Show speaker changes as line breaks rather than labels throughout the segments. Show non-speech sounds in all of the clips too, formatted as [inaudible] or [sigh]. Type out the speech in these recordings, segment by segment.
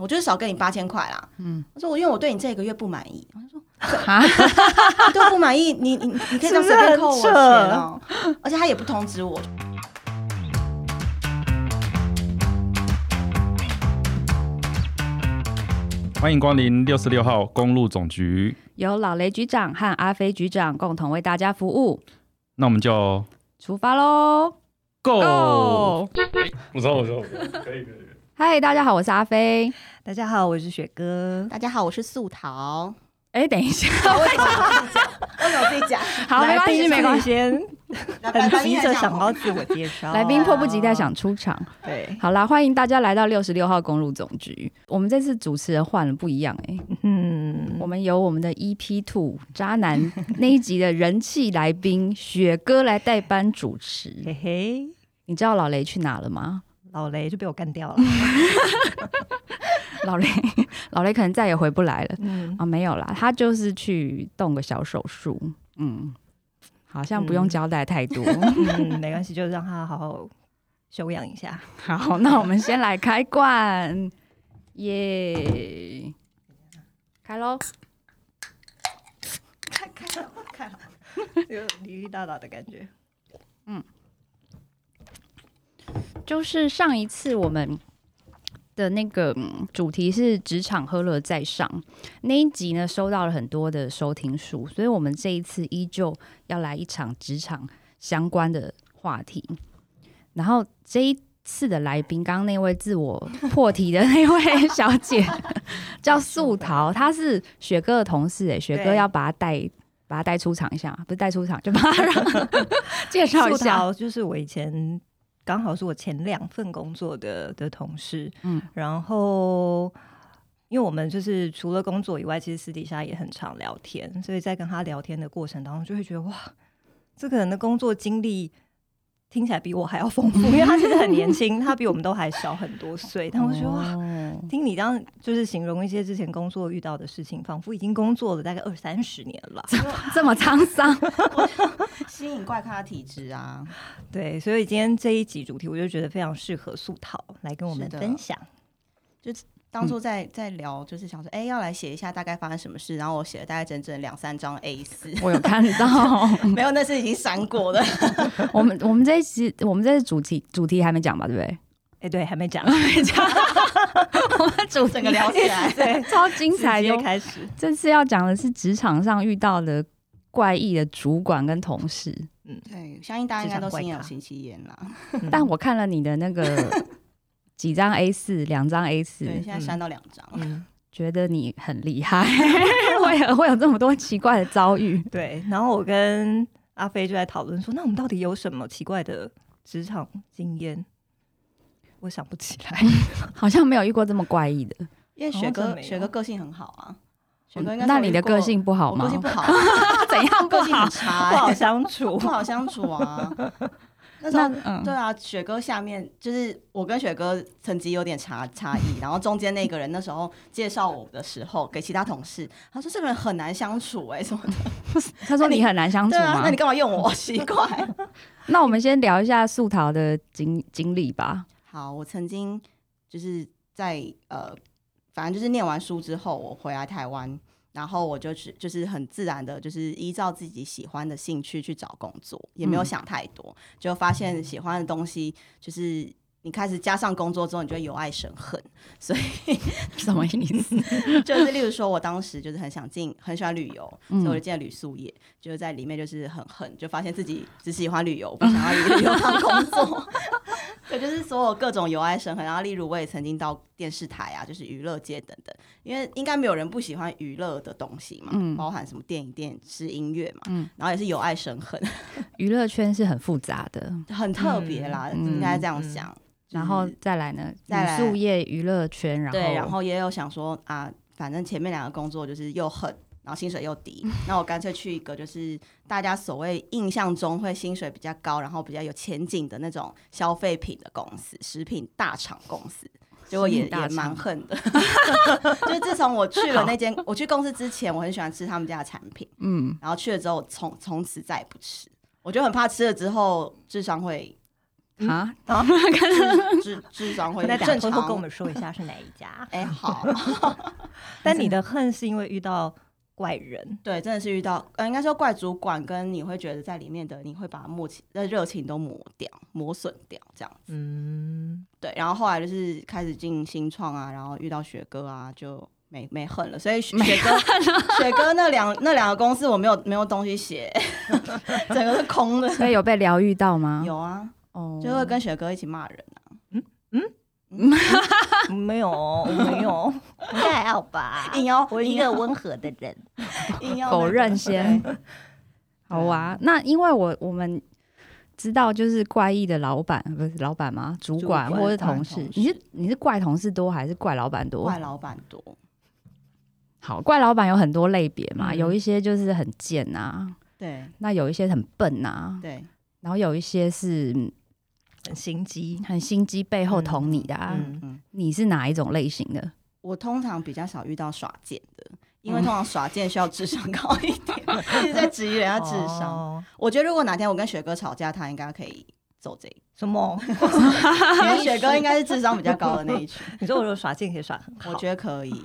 我就是少跟你八千块啦。嗯，他说我因为我对你这个月不满意，我就说
啊，
你 [laughs] 对我不满意，你你你可以这样随便扣我钱哦、而且他也不通知我。
欢迎光临六十六号公路总局，
由老雷局长和阿飞局长共同为大家服务，
那我们就
出发喽
Go！
！Go！
我知道，我知道，我知道可以可以。
嗨，大家好，我是阿飞。
大家好，我是雪哥。
大家好，我是素桃。
哎，等一下，
为什么自己讲？ [laughs]
好，没
来
关
宾
系，没关系。 [laughs]
先很急着想
要
要自我介绍，啊
来宾迫不及待想出场。
对，
好啦，欢迎大家来到六十六号公路总局。我们这次主持人换了，不一样哎、
嗯，
我们由我们的 EP Two 渣男 [laughs] 那一集的人气来宾雪哥来代班主持
嘿。嘿，
你知道老雷去哪了吗？
老雷就被我干掉了。
老雷， [laughs] 老雷可能再也回不来了
嗯
啊、，没有啦，他就是去动个小手术。嗯，好像不用
嗯
交代太多。
嗯没关系，就让他好好休养
[laughs]
一下。
好，那我们先来开罐，耶、开喽！
看看看，有滴滴答答的感觉。
就是上一次我们的那个嗯主题是职场喝了再上那一集呢，收到了很多的收听数，所以我们这一次依旧要来一场职场相关的话题。然后这一次的来宾，刚刚那位自我破题的那位小姐叫素桃，她是雪哥的同事、诶，欸雪哥
对
要把她带。把她带出场一下，不是带出场，就把她让 [laughs] 介绍一
素
下。
桃就是我以前刚好是我前两份工作的的同事，
嗯
嗯，然后因为我们就是除了工作以外，其实私底下也很常聊天，所以在跟他聊天的过程当中，就会觉得哇，这个人的工作经历。听起来比我还要丰富，因为他其实很年轻，他比我们都还小很多岁。但我觉得哇，
哦
听你这样就是形容一些之前工作遇到的事情，仿佛已经工作了大概二三十年了吧。
[laughs] 这么沧
[laughs]
桑，
吸引怪咖体质啊！
对，所以今天这一集主题，我就觉得非常适合素桃来跟我们
是的
分享。
当初在在聊，就是想说，哎、要来写一下大概发生什么事，然后我写了大概整整两三张 A 四，
我有看到。
[laughs] 没有，那是已经删 [laughs] 过了。
我们我们这一期我们这次主题主题还没讲吧，对不对？
哎、对，还没讲，
我们主题
整个聊起来
对，
超 [laughs] 精彩
直接
的。
开始。
这次要讲的是职场上遇到的怪异的主管跟同事。
[laughs] 嗯对，相信大家应该都心
职场怪
有
咖
戚戚焉啦。
嗯
但我看了你的那
[laughs]
个几张 A 四，两张 A 四，
对，现在删到两张。
嗯，
觉得你很厉害， [laughs] 会有会有这么多奇怪的遭遇。
对。然后我跟阿飞就在讨论说，那我们到底有什么奇怪的职场经验？我想不起来。
好像没有遇过这么怪异的。
因为雪
哦真
哥
没有
雪哥个性很好啊，雪哥应该是
哦那
我
你
遇
的
过
个性不好
我
吗
个？性不好啊，
[laughs] 怎样不
个性 [laughs]
好
很？差、
不好
欸，
相
[laughs]
处
不。好相处
[laughs]
啊。那时
那
候
嗯
对啊，雪哥下面就是我跟雪哥成绩有点差差异，然后中间那个人那时候介绍我的时候，给其他同事，他说这个人很难相处哎、什么的，
他说
那你
你很难相处
对啊，
吗
那你？干嘛用我？ [laughs] 奇怪。
[laughs] 那我们先聊一下素桃的经经历吧。
好，我曾经就是在呃，反正就是念完书之后，我回来台湾，然后我就是就是很自然的，就是依照自己喜欢的兴趣去找工作，也没有
嗯
想太多，就发现喜欢的东西就是。你开始加上工作之后，你就会由爱生恨，所以
什么意思？
就是例如说，我当时就是很想进，很喜欢旅游，所以
嗯
我就进了旅宿业，就是在里面就是很恨，就发现自己只喜欢旅游，不想要以旅游当工作。 [laughs] 对，就是所有各种由爱生恨。然后，例如我也曾经到电视台啊，就是娱乐界等等，因为应该没有人不喜欢娱乐的东西嘛，
嗯
包含什么电影、电视、音乐嘛，
嗯
然后也是由爱生恨，
[laughs] 娱乐圈是很复杂的，
很特别啦，
嗯
应该这样想。就是
然后再来呢，
嗯再
旅
来
宿业娱乐圈，然后
对，然后也有想说啊，反正前面两个工作就是又狠，然后薪水又
[laughs]
低，那我干脆去一个就是大家所谓印象中会薪水比较高，然后比较有前景的那种消费品的公司，食品大厂公司。结果
食
也
品大
也
厂
蛮恨
[laughs]
的，就是自从我去了那间，我去公司之前，我很喜欢吃他们家的产品，
嗯， [laughs]
然后去了之后，从从此再也不吃，我就很怕吃了之后智商会
啊，
智智商会
那
正
郑之后跟我
常。。
们说一下是哪一家
[laughs] 哎、
[laughs]
好，
但你的恨是因为遇到怪人，
对，真的是遇到，呃，应该说怪主管跟你会觉得在里面的，你会把默契、呃热情都磨掉、磨损掉，这样。
嗯，
对，然后后来就是开始进新创啊，然后遇到雪哥啊，就没没恨了。所以雪雪哥雪哥那两那两个公司我没有没有东西写， [laughs] 整个是空的。
所以有被疗愈到吗？
有啊，
哦，
就会跟雪哥一起骂人啊。
没有，我没有，应该还好吧
硬要
啊我一
硬
个
要
温和的人，
硬要
否
那个
认先。 [laughs] 好啊，那因为我我们知道，就是怪异的老板不是老板吗？主管
主管
或是同事
同，事
你是你是怪同事多还是怪老板多？
怪老板多，
好，怪老板有很多类别嘛，
嗯
有一些就是很贱啊，
对
那有一些很笨啊，
对
然后有一些是嗯
很心机。
很心机背后捅你的啊。
嗯嗯。
你是哪一种类型的？
我通常比较少遇到耍贱的，因为
嗯
通常耍贱需要智商高一
[laughs]
点，一直在质疑人家智商。
哦
我觉得如果哪天我跟雪哥吵架，他应该可以走这
[laughs]
一
什么？ [laughs]
块，因为雪哥应该是智商比较高的那一
[laughs]
群，
你说我如果耍贱可以耍很好，
我觉得可以。对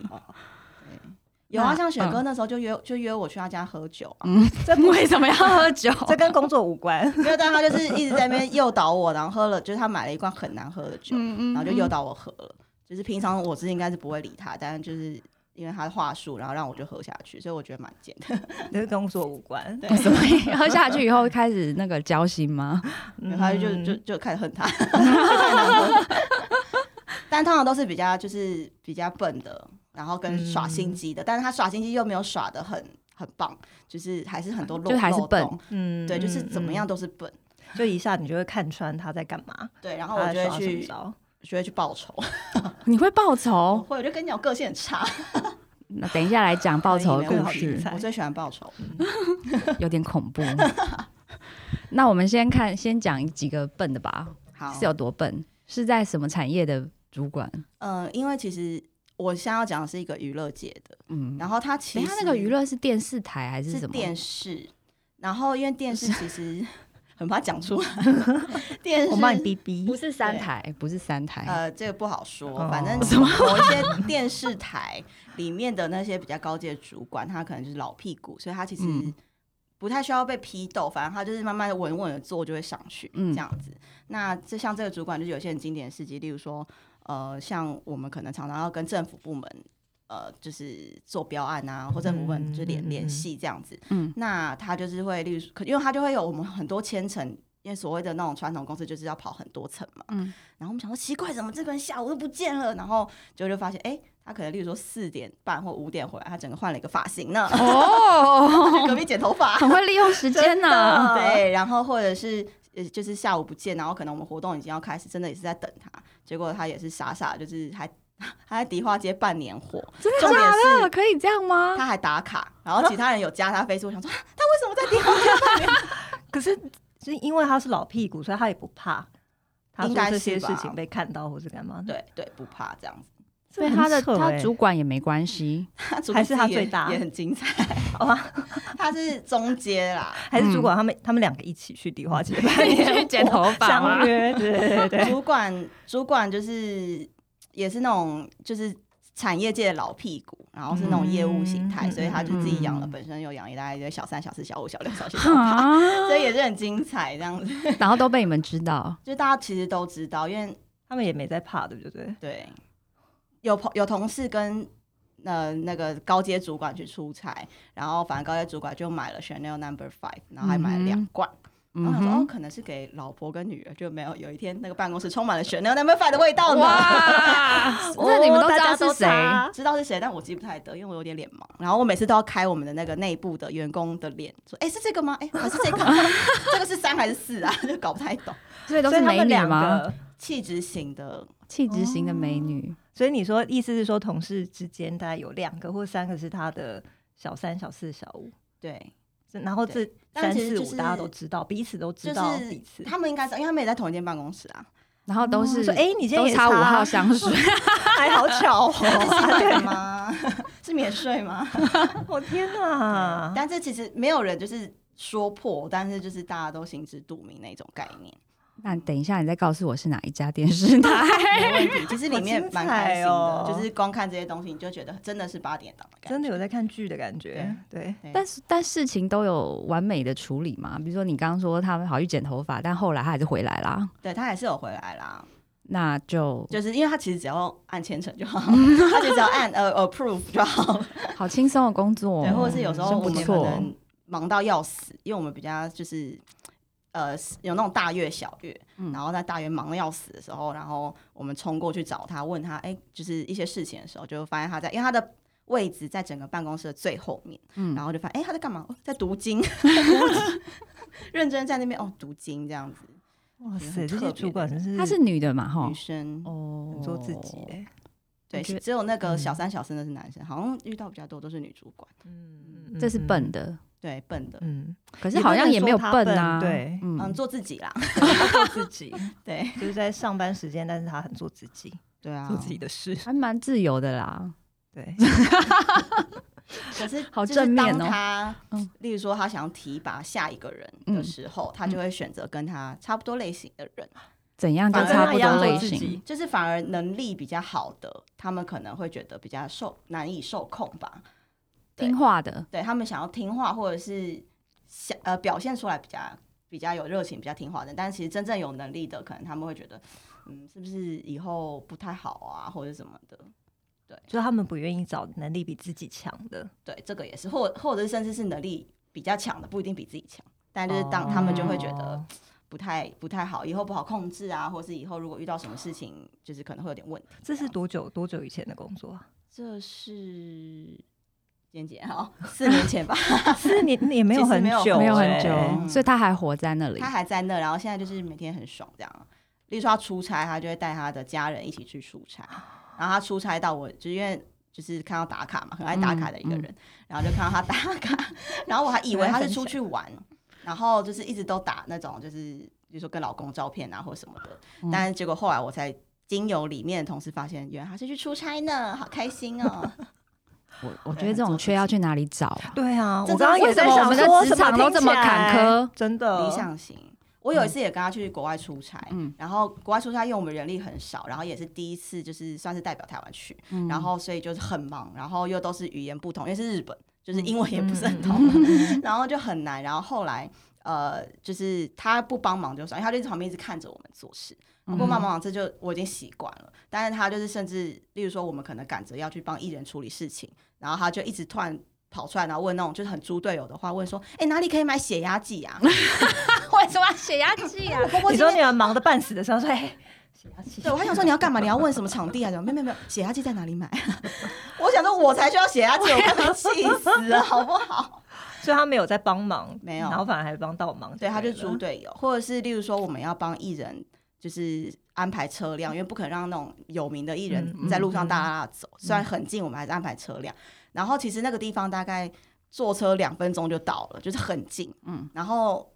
有啊，
那
像雪哥
嗯
那时候就约就约我去他家喝酒啊，
这不
为什么要喝酒？
这跟工作无关。
因为但他就是一直在那边诱导我，然后喝了，就是他买了一罐很难喝的酒，
嗯
然后就诱导我喝了。就是平常我是应该是不会理他，但是就是因为他的话术，然后让我就喝下去，所以我觉得蛮贱的。
[laughs] 这跟工作无关。
对，
所以喝下去以后开始那个交心吗？
然后他就
嗯
就就开始恨他，太难喝。 [laughs] 但通常都是比较就是比较笨的，然后跟耍心机的，但是他耍心机又没有耍的很很棒，就是还是很多漏
就还是笨
漏洞
嗯
对，就是怎么样
都
都是笨。
就一下你就会看穿他在干嘛，
对，然后
他
我
在
就
耍
会
什么
去
招。
就会去报仇，
你会报
我
仇？
会我就跟你讲，我个性很差，
那等一下来讲报仇的
没有
故
好
事
题，材
我最喜欢报仇。
有点恐怖。那我们先看，先讲几个笨的吧，
好，
是有多笨？是在什么产业的主管？
呃，因为其实我现在要讲的是一个娱乐界的，
嗯，
然后他其
等一
实
下那个娱乐是电视台还是
是
什么？
电视，然后因为电视其实 [laughs] 很怕讲
[laughs]
出来，电视
我帮你逼逼
不。是三台，不是三台。
呃，这个不好说，
哦
反
[laughs]
正
什
某一些电视台里面的那些比较高阶的主管，他可能就是老屁股，所以他其实
嗯
不太需要被批斗，反正他就是慢慢稳稳的做就会上去，
嗯
这样子。那就像这个主管，就是有些很经典的事迹，例如说，呃，像我们可能常常要跟政府部门。呃，就是做标案啊，或政府部门就联
嗯嗯嗯
联系这样子。
嗯，
那他就是会，例如说，可因为他就会有我们很多千层，因为所谓的那种传统公司就是要跑很多层嘛。
嗯，
然后我们想说奇怪，怎么这个人下午都不见了？然后就就发现，哎、他可能例如说四点半或五点回来，他整个换了一个发型呢，
哦，
去隔壁剪头发。
[laughs] 很会利用时间呢。
啊
对，然后或者是呃，就是下午不见，然后可能我们活动已经要开始，真的也是在等他，结果他也是傻傻，就是还 [laughs] 还在迪化街办年货，重点是
可以这样吗？
他还打卡，然后其他人有加他 Facebook，想说啊他为什么在地方？
可是是因为他是老屁股，所以他也不怕他
应
做
该
这些
是吧
事情被看到或是干嘛的。
[laughs] 对对，不怕这样子，
所以他的
这很扯
他
欸
主管也没关系，
他主
还是
管
他
自己也
最大
也很精
[laughs]
彩，
好吧，
他是中阶啦，
还是主管他们他们两个一起去迪化街
[laughs]
去剪头发吗
相约，对对对对，
主管主管就是也是那种就是产业界的老屁股，然后是那种业务形态，
嗯
所以他就自己养了，
嗯
本身又养一大堆小三、小四、小五、小六、小七、小八，
啊，
所以也是很精彩这样子。
然后都被你们知道。
就大家其实都知道，因为
他们也没在怕，对不对？
对有朋有同事跟。呃，那个高阶主管去出差，然后反正高阶主管就买了 Chanel Number Five，然后还买了两罐。然
嗯
后想说，哦，
哼，
可能是给老婆跟女儿，就没有。有一天那个办公室充满了 Chanel Number Five 的味道呢。
哇，哦那你们
哦
都知道是谁？
知道是谁，但我记不太得，因为我有点脸盲。然后我每次都要开我们的那个内部的员工的脸，说：“哎、是这个吗？哎、还是
[laughs]
这个吗？这个是三还是四啊？” [laughs] 就搞不太懂。
所以都
所
是
以他
美
们
女
两
吗？
个，
气质型的，
气质型的美女，
所以你说意思是说，同事之间大概有两个或三个是他的小三、小四、小五，
对，
这然后这
但
三
其实
四
就
五
是
大家都知道，彼此都
就
知道彼此
是。他们应该知道，因为他们也在同一间办公室啊。
然后都哦是
说，哎，你今天
都
也
擦五号香水， [laughs]
还哎好巧哦！
对
[laughs]
吗？是免税吗？
我哦天哪！
但这其实没有人就是说破，但是就是大家都心知肚明那种概念。
那等一下你再告诉我是哪一家电视
哎
没问
[laughs] 台。
哦
题。其实里面蛮开心的，
好精彩哦
就是光看这些东西，你就觉得真的是八点档的感觉。
真的有在看剧的感觉。对，
对
但是但事情都有完美的处理嘛？比如说你刚刚说他们跑去剪头发，但后来他还是回来啦，
对他还是有回来啦，
那就
就是因为他其实只要按签成就好，
[laughs]
他就只要按呃 approve 就好了。
好轻松的工作哦，
对，或者是有时候
真
我
不
们可
错。哦
能忙到要死，因为我们比较就是呃有那种大月小月，
嗯
然后在大月忙的要死的时候，然后我们冲过去找他，问他哎、就是一些事情的时候，就发现他在，因为他的。位置在整个办公室的最后面，
嗯
然后就发现，哎、他在干嘛？哦在读
[laughs]
经， [laughs] 在读经认真在那边哦，读经这样子。
哇
也很
塞，这
特
些
别
主管真是
她是女的嘛？哈
女，生
哦
很做自己哎、
对，
我觉得
只有那个
嗯
小三小四那是男生，好像遇到比较多都是女主管，
嗯
这是笨，的，
对，笨的，
嗯，
可是好像也没有啊，
也不能说她笨对
嗯，
嗯，
做自己啦，
嗯做自己，
[laughs]
对，
就是在上班时间，但是他很做自己，
对啊
做，自己的事，
还蛮自由的啦。
对，
可是
好
就是
正面
当
哦
他
嗯，
例如说他想要提拔下一个人的时候，他就会选择跟他差不多类型的人，
怎样嗯跟
反正
差不
要
多
做
类
自己
型，
就是反而能力比较好的，他们可能会觉得比较受难以受控吧，对
听话的，
对他们想要听话或者是想呃表现出来比较比较有热情、比较听话的，但其实真正有能力的，可能他们会觉得，嗯，是不是以后不太好啊，或者什么的。
就他们不愿意找能力比自己强的，
对，这个也是，或或者是甚至是能力比较强的，不一定比自己强，但就是当他们就会觉得
哦
不太不太好，以后不好控制啊，或是以后如果遇到什么事情，就是可能会有点问题。
这是
样
多久多久以前的工作 [laughs] 啊？
这是简简好，四年前吧，
四年也没有很
其实没有
久、
哦
没有很
哎
久，
嗯
所以他还活在那里
他。还在那，然后现在就是每天很爽这样。例如说他出差，他就会带他的家人一起去出差，然后他出差到我，就是因为就是看到打卡嘛，很爱打卡的一个人，
嗯
然后就看到他打卡， [laughs] 然后我还以为他是出去
[laughs]
玩，然后就是一直都打那种就是比如说跟老公照片啊或什么的，
嗯
但是结果后来我才。经由里面的同事发现，原来他是去出差呢，好开心哦！
我我觉得这种缺要去哪里找啊？
对啊，
这
我刚刚也
为什
在
么
想
我们的
说
职场都这么坎坷
怎听起来真的
理想型。我有一次也跟他去国外出差，
呃嗯
然后国外出差，因为我们人力很少，然后也是第一次，就是算是代表台湾去，
嗯
然后所以就是很忙，然后又都是语言不同，因为是日本，就是
嗯
英文也不是很通，然后就很难。然后后来呃，就是他不帮忙就算，因为他就在旁边一直看着我们做事，
嗯
不帮忙忙这就我已经习惯了。但是他就是甚至，例如说我们可能赶着要去帮艺人处理事情，然后他就一直突然。跑出来，然后问那种就是很猪队友的话，问说：“哎、哪里可以买血压计啊？”
[laughs] 为什么血压计啊？
婆婆今
你说你
天。
们忙得半死的时候，
[laughs]
说哎， [laughs]
对，我还想说你要干嘛？你要问什么场地啊？什么？没有没有没有，血压计在哪里买？ [laughs] 我想说，我才需要血压计，我快被气死
[laughs]
了，好不好？
所以他没有在帮忙，
没有
然后反而还帮倒忙，
对，他就
对
是猪
了，
队友，或者是例如说，我们要帮艺人就是安排车辆，因为不可能让那种有名的艺人
嗯
在路上
嗯
大拉拉走，虽然很近，我们还是安排车辆。然后其实那个地方大概坐车两分钟就到了，就是很近。
嗯
嗯，然后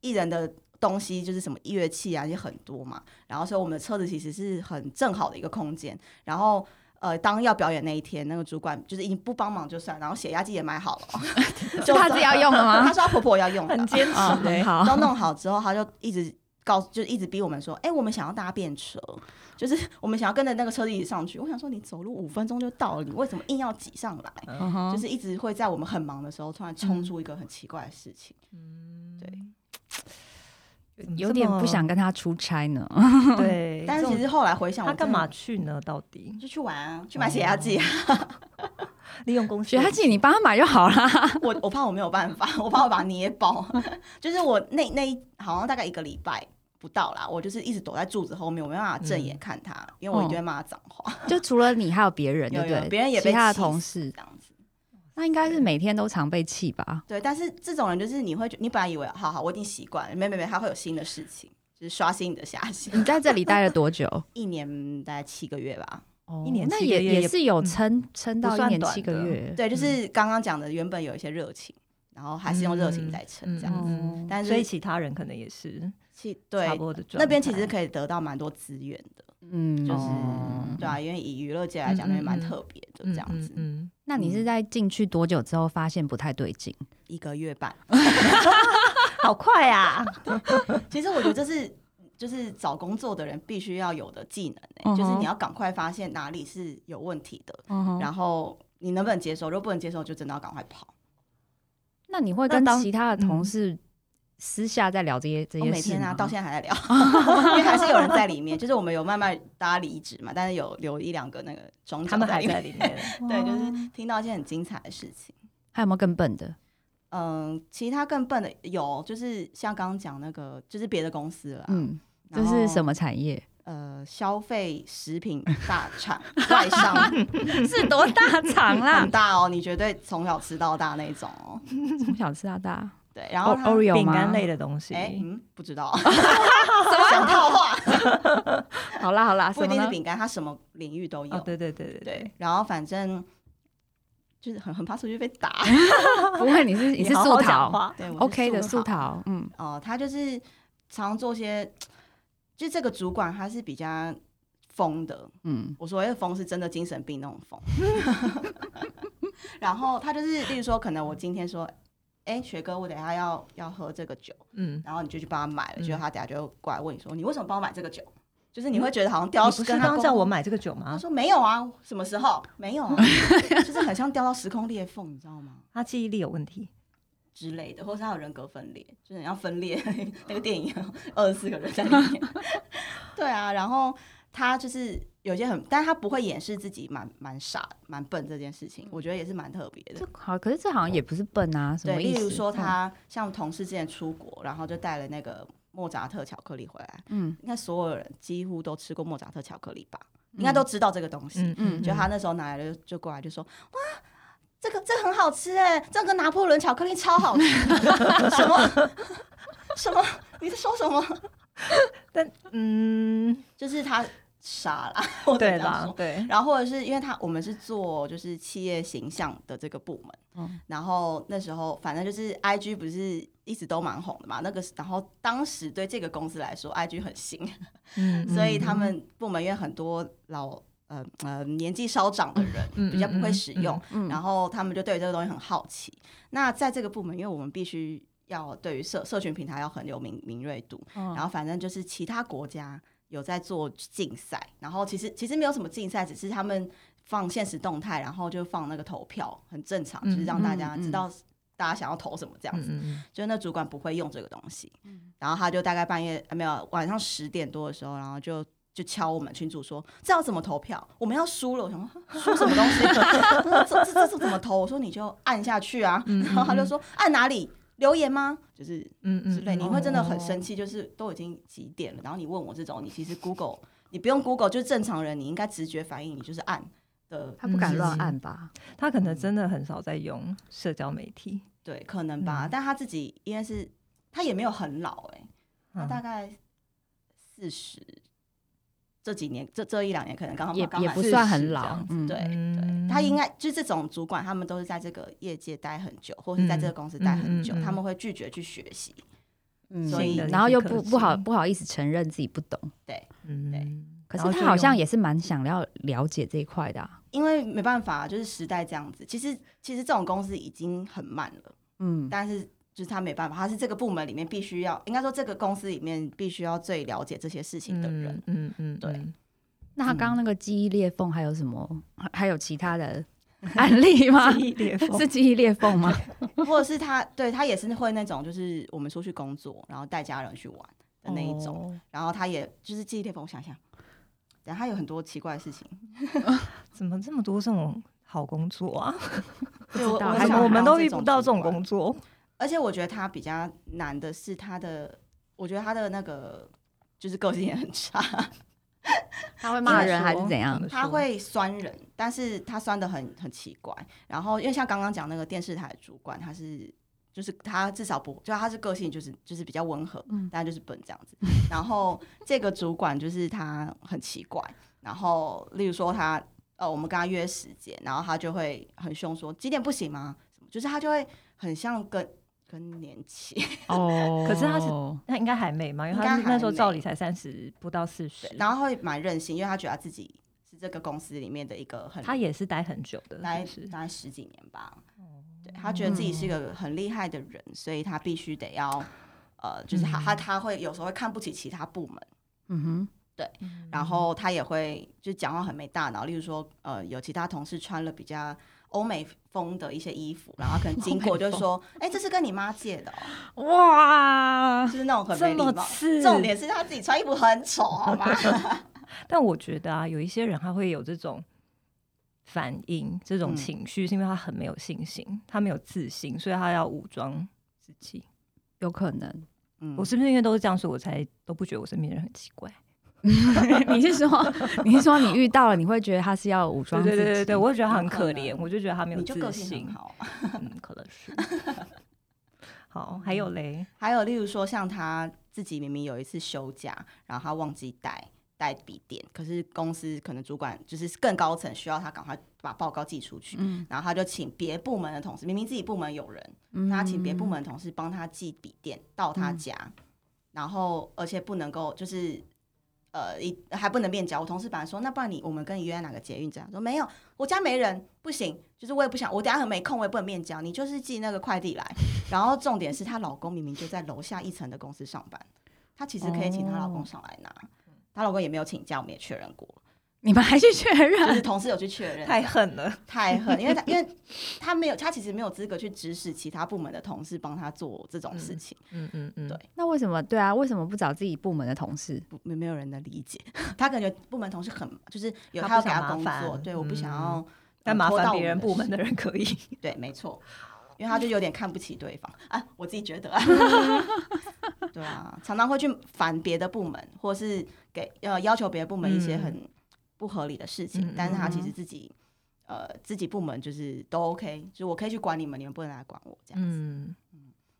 艺人的东西就是什么乐器啊，也很多嘛。然后所以我们的车子其实是很正好的一个空间。然后呃，当要表演那一天，那个主管就是已经不帮忙就算，然后血压计也买
[laughs]
好了，
是他自己要用的吗 [laughs]
他说他婆婆要用的，嗯
很坚持
啊，
哎，
[laughs]
好，
都弄好之后，他就一直告，就一直逼我们说，哎、我们想要搭便车，就是我们想要跟着那个车一起上去。我想说，你走路五分钟就到了，你为什么硬要挤上来？
嗯哼
就是一直会在我们很忙的时候，突然冲出一个很奇怪的事情。
嗯
有点不
[laughs]
想跟他出差呢。
这么。对，
但是其
这
实
种
后来回想，
他
我真的
干嘛？哦去呢？到底
就去玩啊，去买血压计啊！ [laughs]
利用公司
血压计你帮他买就好啦。
我我怕我没有办法，我怕我把它捏
[laughs]
爆。就是我那那一好像大概一个礼拜不到啦，我就是一直躲在柱子后面，我没办法正眼
嗯
看他，因为我一定
哦
会骂他脏话，
[laughs] 就除了你，还有别人，对
有
不
有
对？
别人也被
其他的
气
同
死
事，
这样子。
那应该是每天都常被气吧？
对，但是这种人就是你会觉，你本来以为好好我已经习惯了，没没没，他会有新的事情，就是刷新你的遐
你
嗯
想。
在这里待了多久？
[laughs] 一年大概七个月吧，
哦
一年
那
七个
也
月也
也是有撑撑到
不
一
算
年
短
七个
的
月。
对，
嗯
就是刚刚讲的，原本有一些热情，然后还是用热情在撑这样子。
嗯
但
所以
是
其他人可能也是
其
差
对
不多的状态。
那边其实可以得到蛮多资源的，
嗯，
就是、
哦
对啊，因为以娱乐界来讲，
嗯
那边蛮
嗯嗯
特别的
嗯
这样子。
嗯嗯
那你是在进去多久之后发现不太对劲？
一个月半，
好快啊！
其实我觉得这是就是找工作的人必须要有的技能、欸
嗯哼
就是你要赶快发现哪里是有问题的，
哦
嗯哼
然后你能不能接受，如果不能接受，就真的要赶快跑。
那你会
那
跟
当
其他的同事私下在聊这些这
我
些
每
事
天啊，
吗
到现在还在聊，因 [laughs] 为还是有人在里面。
[laughs]
就是我们有慢慢大家离职嘛，但是有留一两个那个庄
他
脚
们
在
还
里面
在。里面。
[laughs]
哦
对，就是听到一些很精彩的事情。
还有没有更笨的？
嗯，其他更笨的有，就是像刚刚讲那个，就是别的公司了。嗯，
嗯，这是什
么？
么产业？
呃，消费食品大厂外
[laughs]
商
是多大厂 [laughs]
很？大哦，你绝对从小吃到大那一种哦。
从小吃到大
对，然后它
，Oreo
饼
吗
干？类的东西，
哎，嗯，不知
哦
道， [laughs] 想套话，
[laughs] 好啦好啦，
不
什
一
么
定是
呢？
饼干，它什么领域都有。
哦，对对对对
对
对，，
然后反正就是很很怕出去被
[laughs]
打。
不会，
[laughs]
你是你是
好
素
好讲
桃嗯
话，
对我是
，OK 的
素
素
桃
桃，嗯
哦，他就是常做些，就这个主管他是比较疯的。
嗯，
我所谓的疯是真的精神病那种疯。 [laughs] 然后他就是，例如说，可能我今天说，哎、学哥，我等一下要要喝这个酒，
嗯，
然后你就去帮他买了，
嗯
结果他等一下就会过来问你说，你为什么帮我买这个酒？就是你会觉得好像掉
你
到
不是
跟
刚
他
刚
沟
叫
通
我买这个酒
他
吗？
说没有啊，什么时候没
[laughs]
有啊？就是很像掉到时空裂缝，你知道吗？
他记忆力有问题，
之类的，或是他有人格分裂，就是很像分裂那个电影，二十四个人在里面。 [laughs] 对啊，然后他就是有些很，但他不会掩饰自己蛮蛮傻、蛮笨这件事情，我觉得也是蛮特别
这
的。
好，可是这好像也不是笨啊，什
对，
么
例
意思？
如说
嗯
他像同事之前出国，然后就带了那个莫扎特巧克力回来，
嗯
应该所有人几乎都吃过莫扎特巧克力吧，应该都知道这个东西。
嗯
嗯
嗯，
就他那时候拿来了，就过来就说：“哇，这个这个很好吃哎，这个拿破仑巧克力超好吃。” [laughs] 什么什么？你在说什么？
嗯，
就是他傻啦，我只能
[laughs] 对
这样
啦
说，
对，
然后或者是因为他我们是做就是企业形象的这个部门，
嗯
然后那时候反正就是 I G 不是一直都蛮红的嘛，那个然后当时对这个公司来说 I G 很新，
嗯
所以他们部门因为很多老呃呃年纪稍长的人
嗯
比较不会使用，
嗯，
然后他们就对这个东西很好奇。那在这个部门，因为我们必须要对于社社群平台要很有敏敏锐度，
嗯
然
然后反正就是其他国家有在做竞赛，然后其实其实没有什么竞赛，只是他们放现实动态，然后就放那个投票，很正常，就是让大家
嗯嗯嗯
知道大家想要投什么这样
嗯
子。
嗯嗯，
就是那主管不会用这个东西，然后他就大概半夜、呃没有晚上十点多的时候，然后就就敲我们群主说这要怎么投票？我们要输了，我想说输什么东西？ [laughs] 嗯这这这怎么投？我说你就按下去啊，然后他就说按哪里？留言吗？就是
嗯嗯
之类，你会真的很生
气，
气，就是都已经几点了，然后你问我这种，你其实 Google 你不用 Google，就是正常人你应该直觉反应，你就是按的，
他不敢乱
嗯
按吧？
他可能
嗯
真的很少在用社交媒体，
对，可能吧。
嗯
但他自己应该是他也没有很老哎、他
嗯
大概四十这几年，这这一两年可能刚好
也
刚
也
满
不
40
算很
这
老
样子
嗯
对
嗯
对，他应该就这种主管，他们都是在这个业界待很久，或是在这个公司待很久，
嗯嗯嗯嗯
他们会拒绝去学习。
嗯
所以
然后又不
那些
不好
科技
不好意思承认自己不懂，
嗯，
可是
然后
他
就
好像
用
也是蛮想要了解这一块的啊，
因为没办法，就是时代这样子。其实其实这种公司已经很慢了，
嗯，
但是就是他没办法，他是这个部门里面必须要，应该说这个公司里面必须要最了解这些事情的人。
嗯嗯嗯，
对
嗯 [laughs]
那他刚刚那个记忆裂缝还有什么？还还有其他的案例吗？
记忆裂
[laughs]
缝
是记忆裂
[laughs]
缝吗？
嗯
或者是他对他也是会那种，就是我们出去工作，然后带家人去玩的那一种。
哦
然后他也就是记忆裂缝，我想想，然后他有很多奇怪的事情。
怎么这么多这种好工作啊？
对，我
道
我
还
怎
想
么我们
到
都遇不到这种
主
工
管
作？
而且我觉得他比较难的是他的，我觉得他的那个就是个性也很差，
他会骂
因为
人
说
还是怎样？
他会酸人，但是他酸的很很奇怪。然后因为像刚刚讲那个电视台主管，他是。就是他至少不，就他是个性就是就是比较温和，
嗯
但就是笨这样子。然后这个主管就是他很奇怪，然后例如说他呃，我们跟他约时间，然后他就会很凶说几点不行吗？什么，就是他就会很像跟跟年期，
[laughs] 哦
可是他是那应该还没嘛，因为
应该
他是
还
那时候
没
照理才三十不到四十
对，然后会蛮任性，因为他觉得他自己是这个公司里面的一个很
他也是待很久的，
待
是不是嗯
待十几年吧。对他觉得自己是一个很厉害的人，所以他必须得要呃，就是他
嗯
他他会有时候会看不起其他部门，
嗯哼，
嗯
然后他也会就讲话很没大脑，例如说，呃，有其他同事穿了比较欧美风的一些衣服，然后可能经过就说，哎、这是跟你妈借的、哦，
哇
就，是那种很没礼
这么
貌。
刺
重点是他自己穿衣服很丑，好
[laughs]
吗？
但我觉得啊，有一些人他会有这种反应、这种
嗯
情绪，是因为他很没有信心，他没有自信，所以他要武装自己。
有可能。 [laughs]
嗯
我是不是因为都是这样，所以我才都不觉得我身边人很奇怪？
你是说，你是说你遇到了，你会觉得他是要武
对
装自
对
己？
对对对，我会觉得他很
有可
可
能
怜，我就觉得他没有
你就个
自
性
信
很，好。
嗯，可能 [laughs] 是。好，还有嘞，
还有例如说，像他自己明明有一次休假，然后他忘记带带笔电，可是公司可能主管就是更高层需要他赶快把报告寄出去，
嗯
然后他就请别部门的同事，明明自己部门有人，
嗯
他请别部门的同事帮他寄笔电到他
嗯
家，然后而且不能够就是。呃，一还不能面交。我同事本来说，那不然你我们跟你约在哪个捷运站？说没有，我家没人，不行。就是我也不想，我等下很没空，我也不能面交。你就是寄那个快递来。然后重点是她老公明明就在楼下一层的公司上班，她其实可以请她
哦
老公上来拿。她、老公也没有请假，我们也确认过，
你们还去确
就 [laughs]
认
是同事有去确认。
太狠了，
太狠，因
[laughs]
为他因为他没有，他其实没有资格去指使其他部门的同事帮他做这种事情，
嗯嗯嗯，
对
那为什么？对啊，为什么不找自己部门的同事？
不没没有人能理解。 [laughs] 他感觉部门同事很就是有他要
他不
给
想
他工
麻
作，
烦嗯
对，我不想要、
但
呃
麻
拖
烦
到
别
我
人部门
的
的人可以。
事，对，没错。因为他就有点看不起对方 [laughs] 啊，我自己觉得、啊，对啊，常常会去烦别的部门，或是给呃要求别的部门一些
嗯
很不合理的事情，
嗯
但是他其实
嗯
自己呃自己部门就是都 OK，就是我可以去管你们，你们不能来管我这样子。
嗯，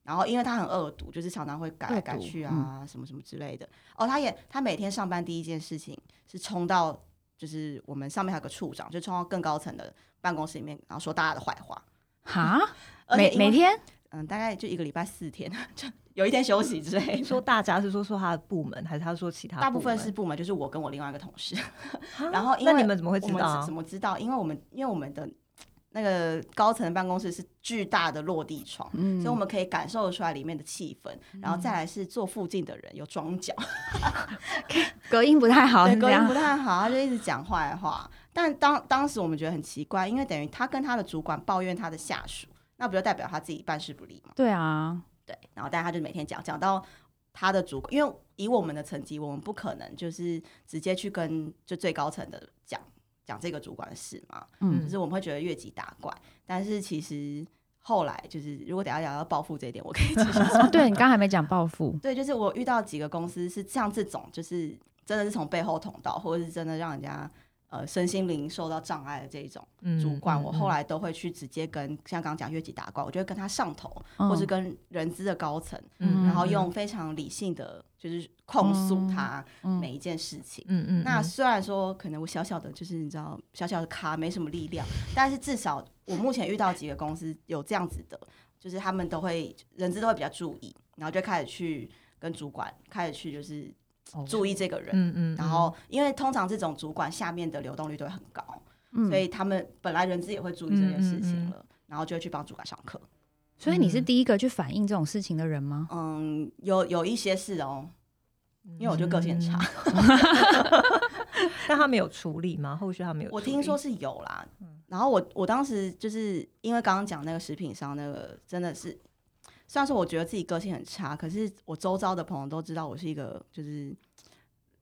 然后因为他很恶毒，就是常常会改来
恶毒
改去啊，
嗯
什么什么之类的。哦，他也他每天上班第一件事情是冲到就是我们上面还有个处长，就冲到更高层的办公室里面，然后说大家的坏话。
哈，
[laughs] 而且
每
因为
每天
嗯，大概就一个礼拜四天， [laughs] 就有一天休息之类的。
说大家是说说他的部门，还是他说其他？
大部分是部门，就是我跟我另外一个同事。
啊，
[laughs] 然后因
那
为
你们怎么会
我
知
们
道
是
啊
怎？么知道？因为我们因为我们的那个高层办公室是巨大的落地窗，
嗯
所以我们可以感受得出来里面的气氛。然后再来是坐附近的人有装脚。
隔音不太好，
对，
是这啊
隔音
样
不。太好，他就一直讲坏话。但当当时我们觉得很奇怪，因为等于他跟他的主管抱怨他的下属，那不就代表他自己办事不力吗？
对啊，
对，然后但他就每天讲讲到他的主管，因为以我们的层级，我们不可能就是直接去跟就最高层的讲讲这个主管的事嘛，
嗯
就是我们会觉得越级打怪。但是其实后来就是，如果等一下讲到报复这一点，我可以继续说。
哦，对你刚刚还没讲报复，
对，就是我遇到几个公司是像这种，就是真的是从背后捅刀，或者是真的让人家呃身心灵受到障碍的这一种
嗯
主管，我后
来
来都会去直接跟像刚刚讲越级打怪，我就会跟他上头，
嗯
[laughs] 或是跟人资的高层，
嗯
然后用非常理性的就是控诉
嗯
他
嗯
每一件事情。
嗯嗯
那虽然说可能我小小的，就是你知道小小的咖没什么力量，但是至少我目前遇到几个公司有这样子的，就是他们都会人资都会比较注意，然后就开始去跟主管开始去就是
哦
注意这个人。
嗯嗯，
然后，因为通常这种主管下面的流动率都会很高，
嗯
所以他们本来人资也会注意这件事情
嗯嗯嗯
了，然后就会去帮主管上课。
所以你是第一个去反映这种事情的人吗？
嗯，有有一些是哦，因为我就个性很差，
但他没有处理吗？后续他没有处
我
理，
听说是有啦，然后我我当时就是因为刚刚讲那个食品商那个真的是，虽然说我觉得自己个性很差，可是我周遭的朋友都知道我是一个就是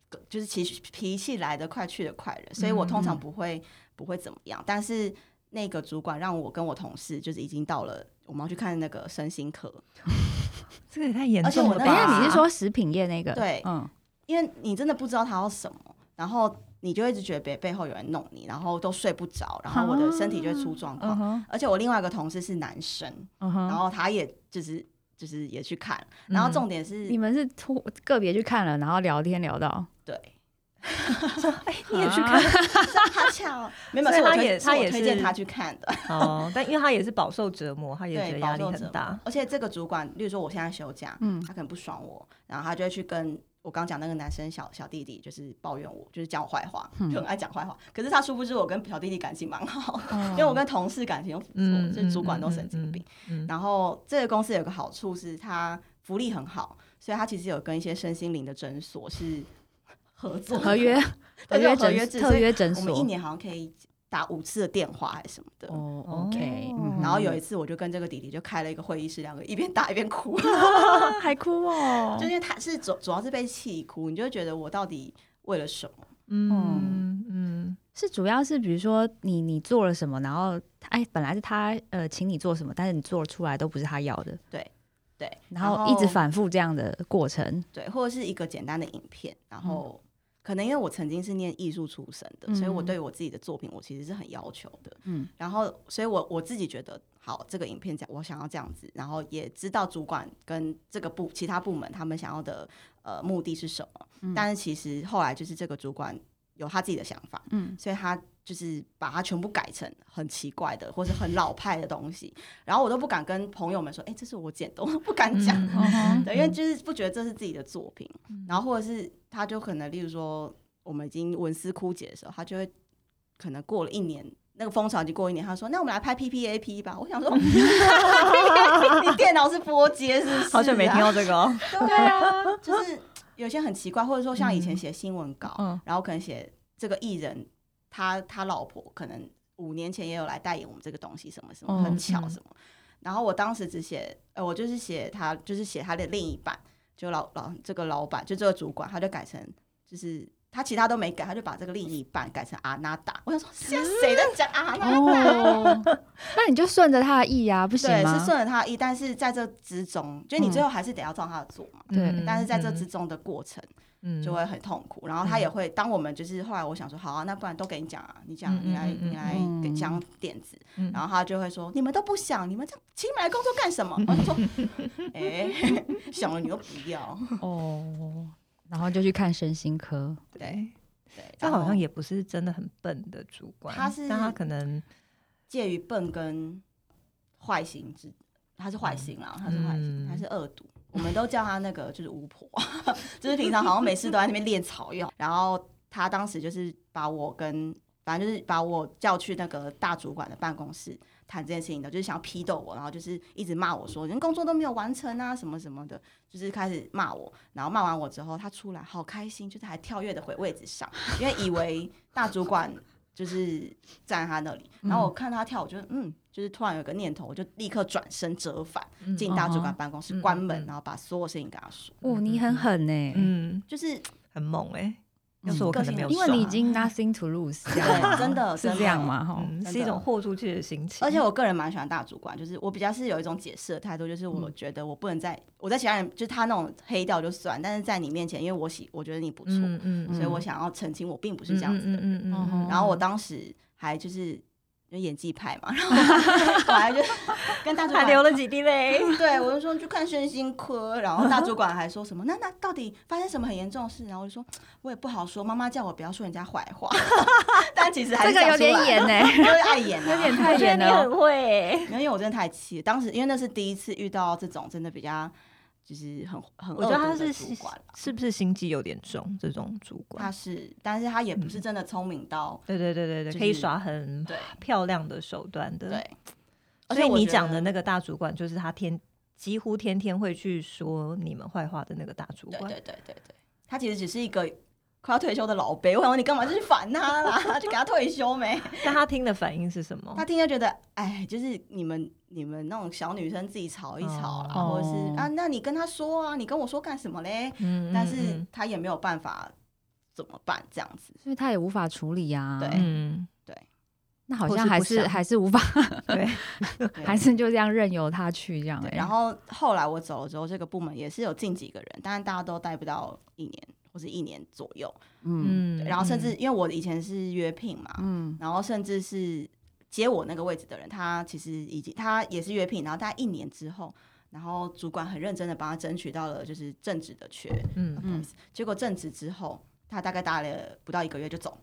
个就是脾脾气来得快去得快人，所以我通常不会、不会怎么样。但是那个主管让我跟我同事就是已经到了我们要去看那个身心科，
这个也太严
而且
重
我
了吧？
等一
那
下，
个
你是说食品业那个？
啊对
嗯，
因为你真的不知道他要什么，然后你就一直觉得别背后有人弄你，然后都睡不着，然后我的身体就会出状况。
嗯哼，
而且我另外一个同事是男生，
嗯哼，
然
哦
后他也就是就是也去看，然
嗯
后重点是、
你们是突个别去看了，然后聊天聊到，
对，
你也去看
他巧，没有，
所以
是我
他
推
也
是
他
我
也
推荐
是
他去看的，
哦，但因为他也是饱受折磨，他也觉得
对，饱
压力
受折
很大
磨。。而且这个主管，例如说我现在休假，
嗯
他可能不爽我，然后他就会去跟。我刚讲那个男生小小弟弟就是抱怨我，就是讲我坏话，
嗯
就很爱讲坏话。可是他殊不知我跟小弟弟感情蛮好的，因
因
为我跟同事感情都不错，
嗯
所以主管都神经病。
嗯嗯嗯嗯
然后这个公司有个好处是它福利很好，所以他其实有跟一些身心灵的诊所是合作的
[laughs] 合约合
[laughs] 对有
约
合约
诊
制
特约诊
我们一
所。
年好像可以打五次的电话还是什么的。
哦，OK，
哦
嗯哼
然后有一次，我就跟这个弟弟就开了一个会议室，两个一边打一边哭，
啊还哭
[laughs]
哦
就因为他是主主要是被气哭，你就会觉得我到底为了什么？
嗯嗯，
是主要是比如说你你做了什么，然后他哎本来是他呃请你做什么，但是你做出来都不是他要的，
对，
然后一
哦
直反复这样的过程。
对，或者是一个简单的影片，
嗯
然后、可能因为我曾经是念艺术出身的，所以我
嗯
对我自己的作品我其实是很要求的，
嗯
嗯，然后所以我我自己觉得好，这个影片讲我想要这样子，然后也知道主管跟这个部其他部门他们想要的呃目的是什么，
嗯
但是其实后来就是这个主管有他自己的想法，
嗯，
所以他就是把它全部改成很奇怪的或是很老派的东西，然后我都不敢跟朋友们说，哎、这是我剪的，我不敢讲。
嗯
嗯
对，因为就是不觉得这是自己的作品，然后或者是他就可能，例如说我们已经文思枯竭的时候，他就会可能过了一年，那个风潮已经过一年，他说：“那我们来拍 P P A P 吧。”我想说， [laughs] 你电脑是波接是不啊是、
好久没听到，这个哦，
对啊，就是有些很奇怪，或者说像以前写新闻稿，
嗯
然后可能写这个艺人他他老婆可能五年前也有来代言我们这个东西，什么什么
嗯
很巧
嗯
什么。然后我当时只写，呃，我就是写他，就是写他的另一半，就老老这个老板，就这个主管，他就改成就是。他其他都没改，他就把这个另一半改成阿娜达。我想说，现在谁在讲阿娜达？
哦， [laughs] 那你就顺着他的意啊，不行
对，
吗？
是顺着他的意，但是在这之中，就你最后还是得要照他的做嘛。
对
嗯
但是在这之中的过程，就会很痛苦。然后
嗯
他也会，当我们就是后来我想说，好啊，那不然都给你讲啊，你讲
嗯，
你来，
嗯嗯
你来
嗯
给讲点子。
嗯
然后他就会说，你们都不想，你们这样请你们来工作干什么？我 [laughs] 就说，
[laughs]
哎， [laughs] 想了你又不要， [laughs]
哦，然后就去看身心科。
对对，
这
然
好
后
像也不是真的很笨的主管，
他是
但他可能
介于笨跟坏心之，他是坏心啦，他是坏心，
嗯
他是恶毒。我们都叫他那个就是巫婆， [laughs] 就是平常好像没事都在那边练草药。然后他当时就是把我跟反正就是把我叫去那个大主管的办公室谈这件事情的，就是想要批斗我，然后就是一直骂我说人工作都没有完成啊什么什么的，就是开始骂我。然后骂完我之后，他出来好开心，就是还跳跃的回位置上，因为以为大主管就是站在他那里。然后我看他跳，我就嗯，就是突然有一个念头，我就立刻转身折返进大主管办公室，
嗯
关
嗯
门
嗯，
然后把所有事情跟他说，
哦，你
嗯
很狠呢，
嗯
就是
很猛哎，
嗯
要是我可能没有
因为你已
爽
经 nothing to lose，
[laughs]
这样
对，
吗
啊真的
是这样？吗？哦哈，
嗯
真
是一
的
种豁出去的心情，
真的而且我个人蛮喜欢大主管，就是我比较是有一种解释的态度，就是我
嗯
觉得我不能在我在其他人就是他那种黑掉就算，但是在你面前，因为我喜我觉得你不错，
嗯嗯，
所以我
嗯
想要澄清我并不是这样子的人。
嗯嗯嗯嗯嗯
然后我当时还就是。就演技派嘛，然后我我还
[laughs]
就跟大主
还
管
流了几滴泪，
[laughs] 对，我就说去看身心科，然后大主管还说什么？那那到底发生什么很严重的事？然后我就说我也不好说，妈妈叫我不要说人家坏话， [laughs] 但其实还
这
是
个
讲
有
出
点
来
演，呢，
[laughs]
[laughs] 就是爱演、啊，有点
太演了。
很会，
因为我真的太气了，当时因为那是第一次遇到这种真的比较就是很很
我觉得
恶
他
毒的
是
主管啦
是不是心机有点重这种主
他
管？
是，但是他也不是真的聪明到、
对对对对
就
嗯对，可以
是
耍很
对
漂亮的手段的。
对，而
所
且
以
我
你
觉
讲
得
的那个大主管，就是他天几乎天天会去说你们坏话的那个大主
对
管。
对对对对，他其实只是一个快要退休的老辈。我想问你干嘛就是烦他啦？就给他退休没？
那他听的反应是什么
他？听就觉得，哎，就是你们你们那种小女生自己吵一吵啦，
哦
或者是啊，那你跟他说啊，你跟我说干什么嘞？
嗯
但是他也没有办法怎么办这样子。
所以他也无法处理啊。
对
嗯，
那好
或
像
是
还
不
是
想
还是无法，
对，
对
还是就这样任由他去这样
对
欸。
然后后来我走了之后，这个部门也是有进几个人，但是大家都待不到一年或是一年左右。
嗯
嗯
对然后甚至因为我以前是约聘嘛，
嗯
然后甚至是接我那个位置的人，他其实已经他也是约聘，然后大概一年之后，然后主管很认真的帮他争取到了就是正职的缺，
嗯
嗯，
结果正职之后，他大概待了 [laughs] 不到一个月就走，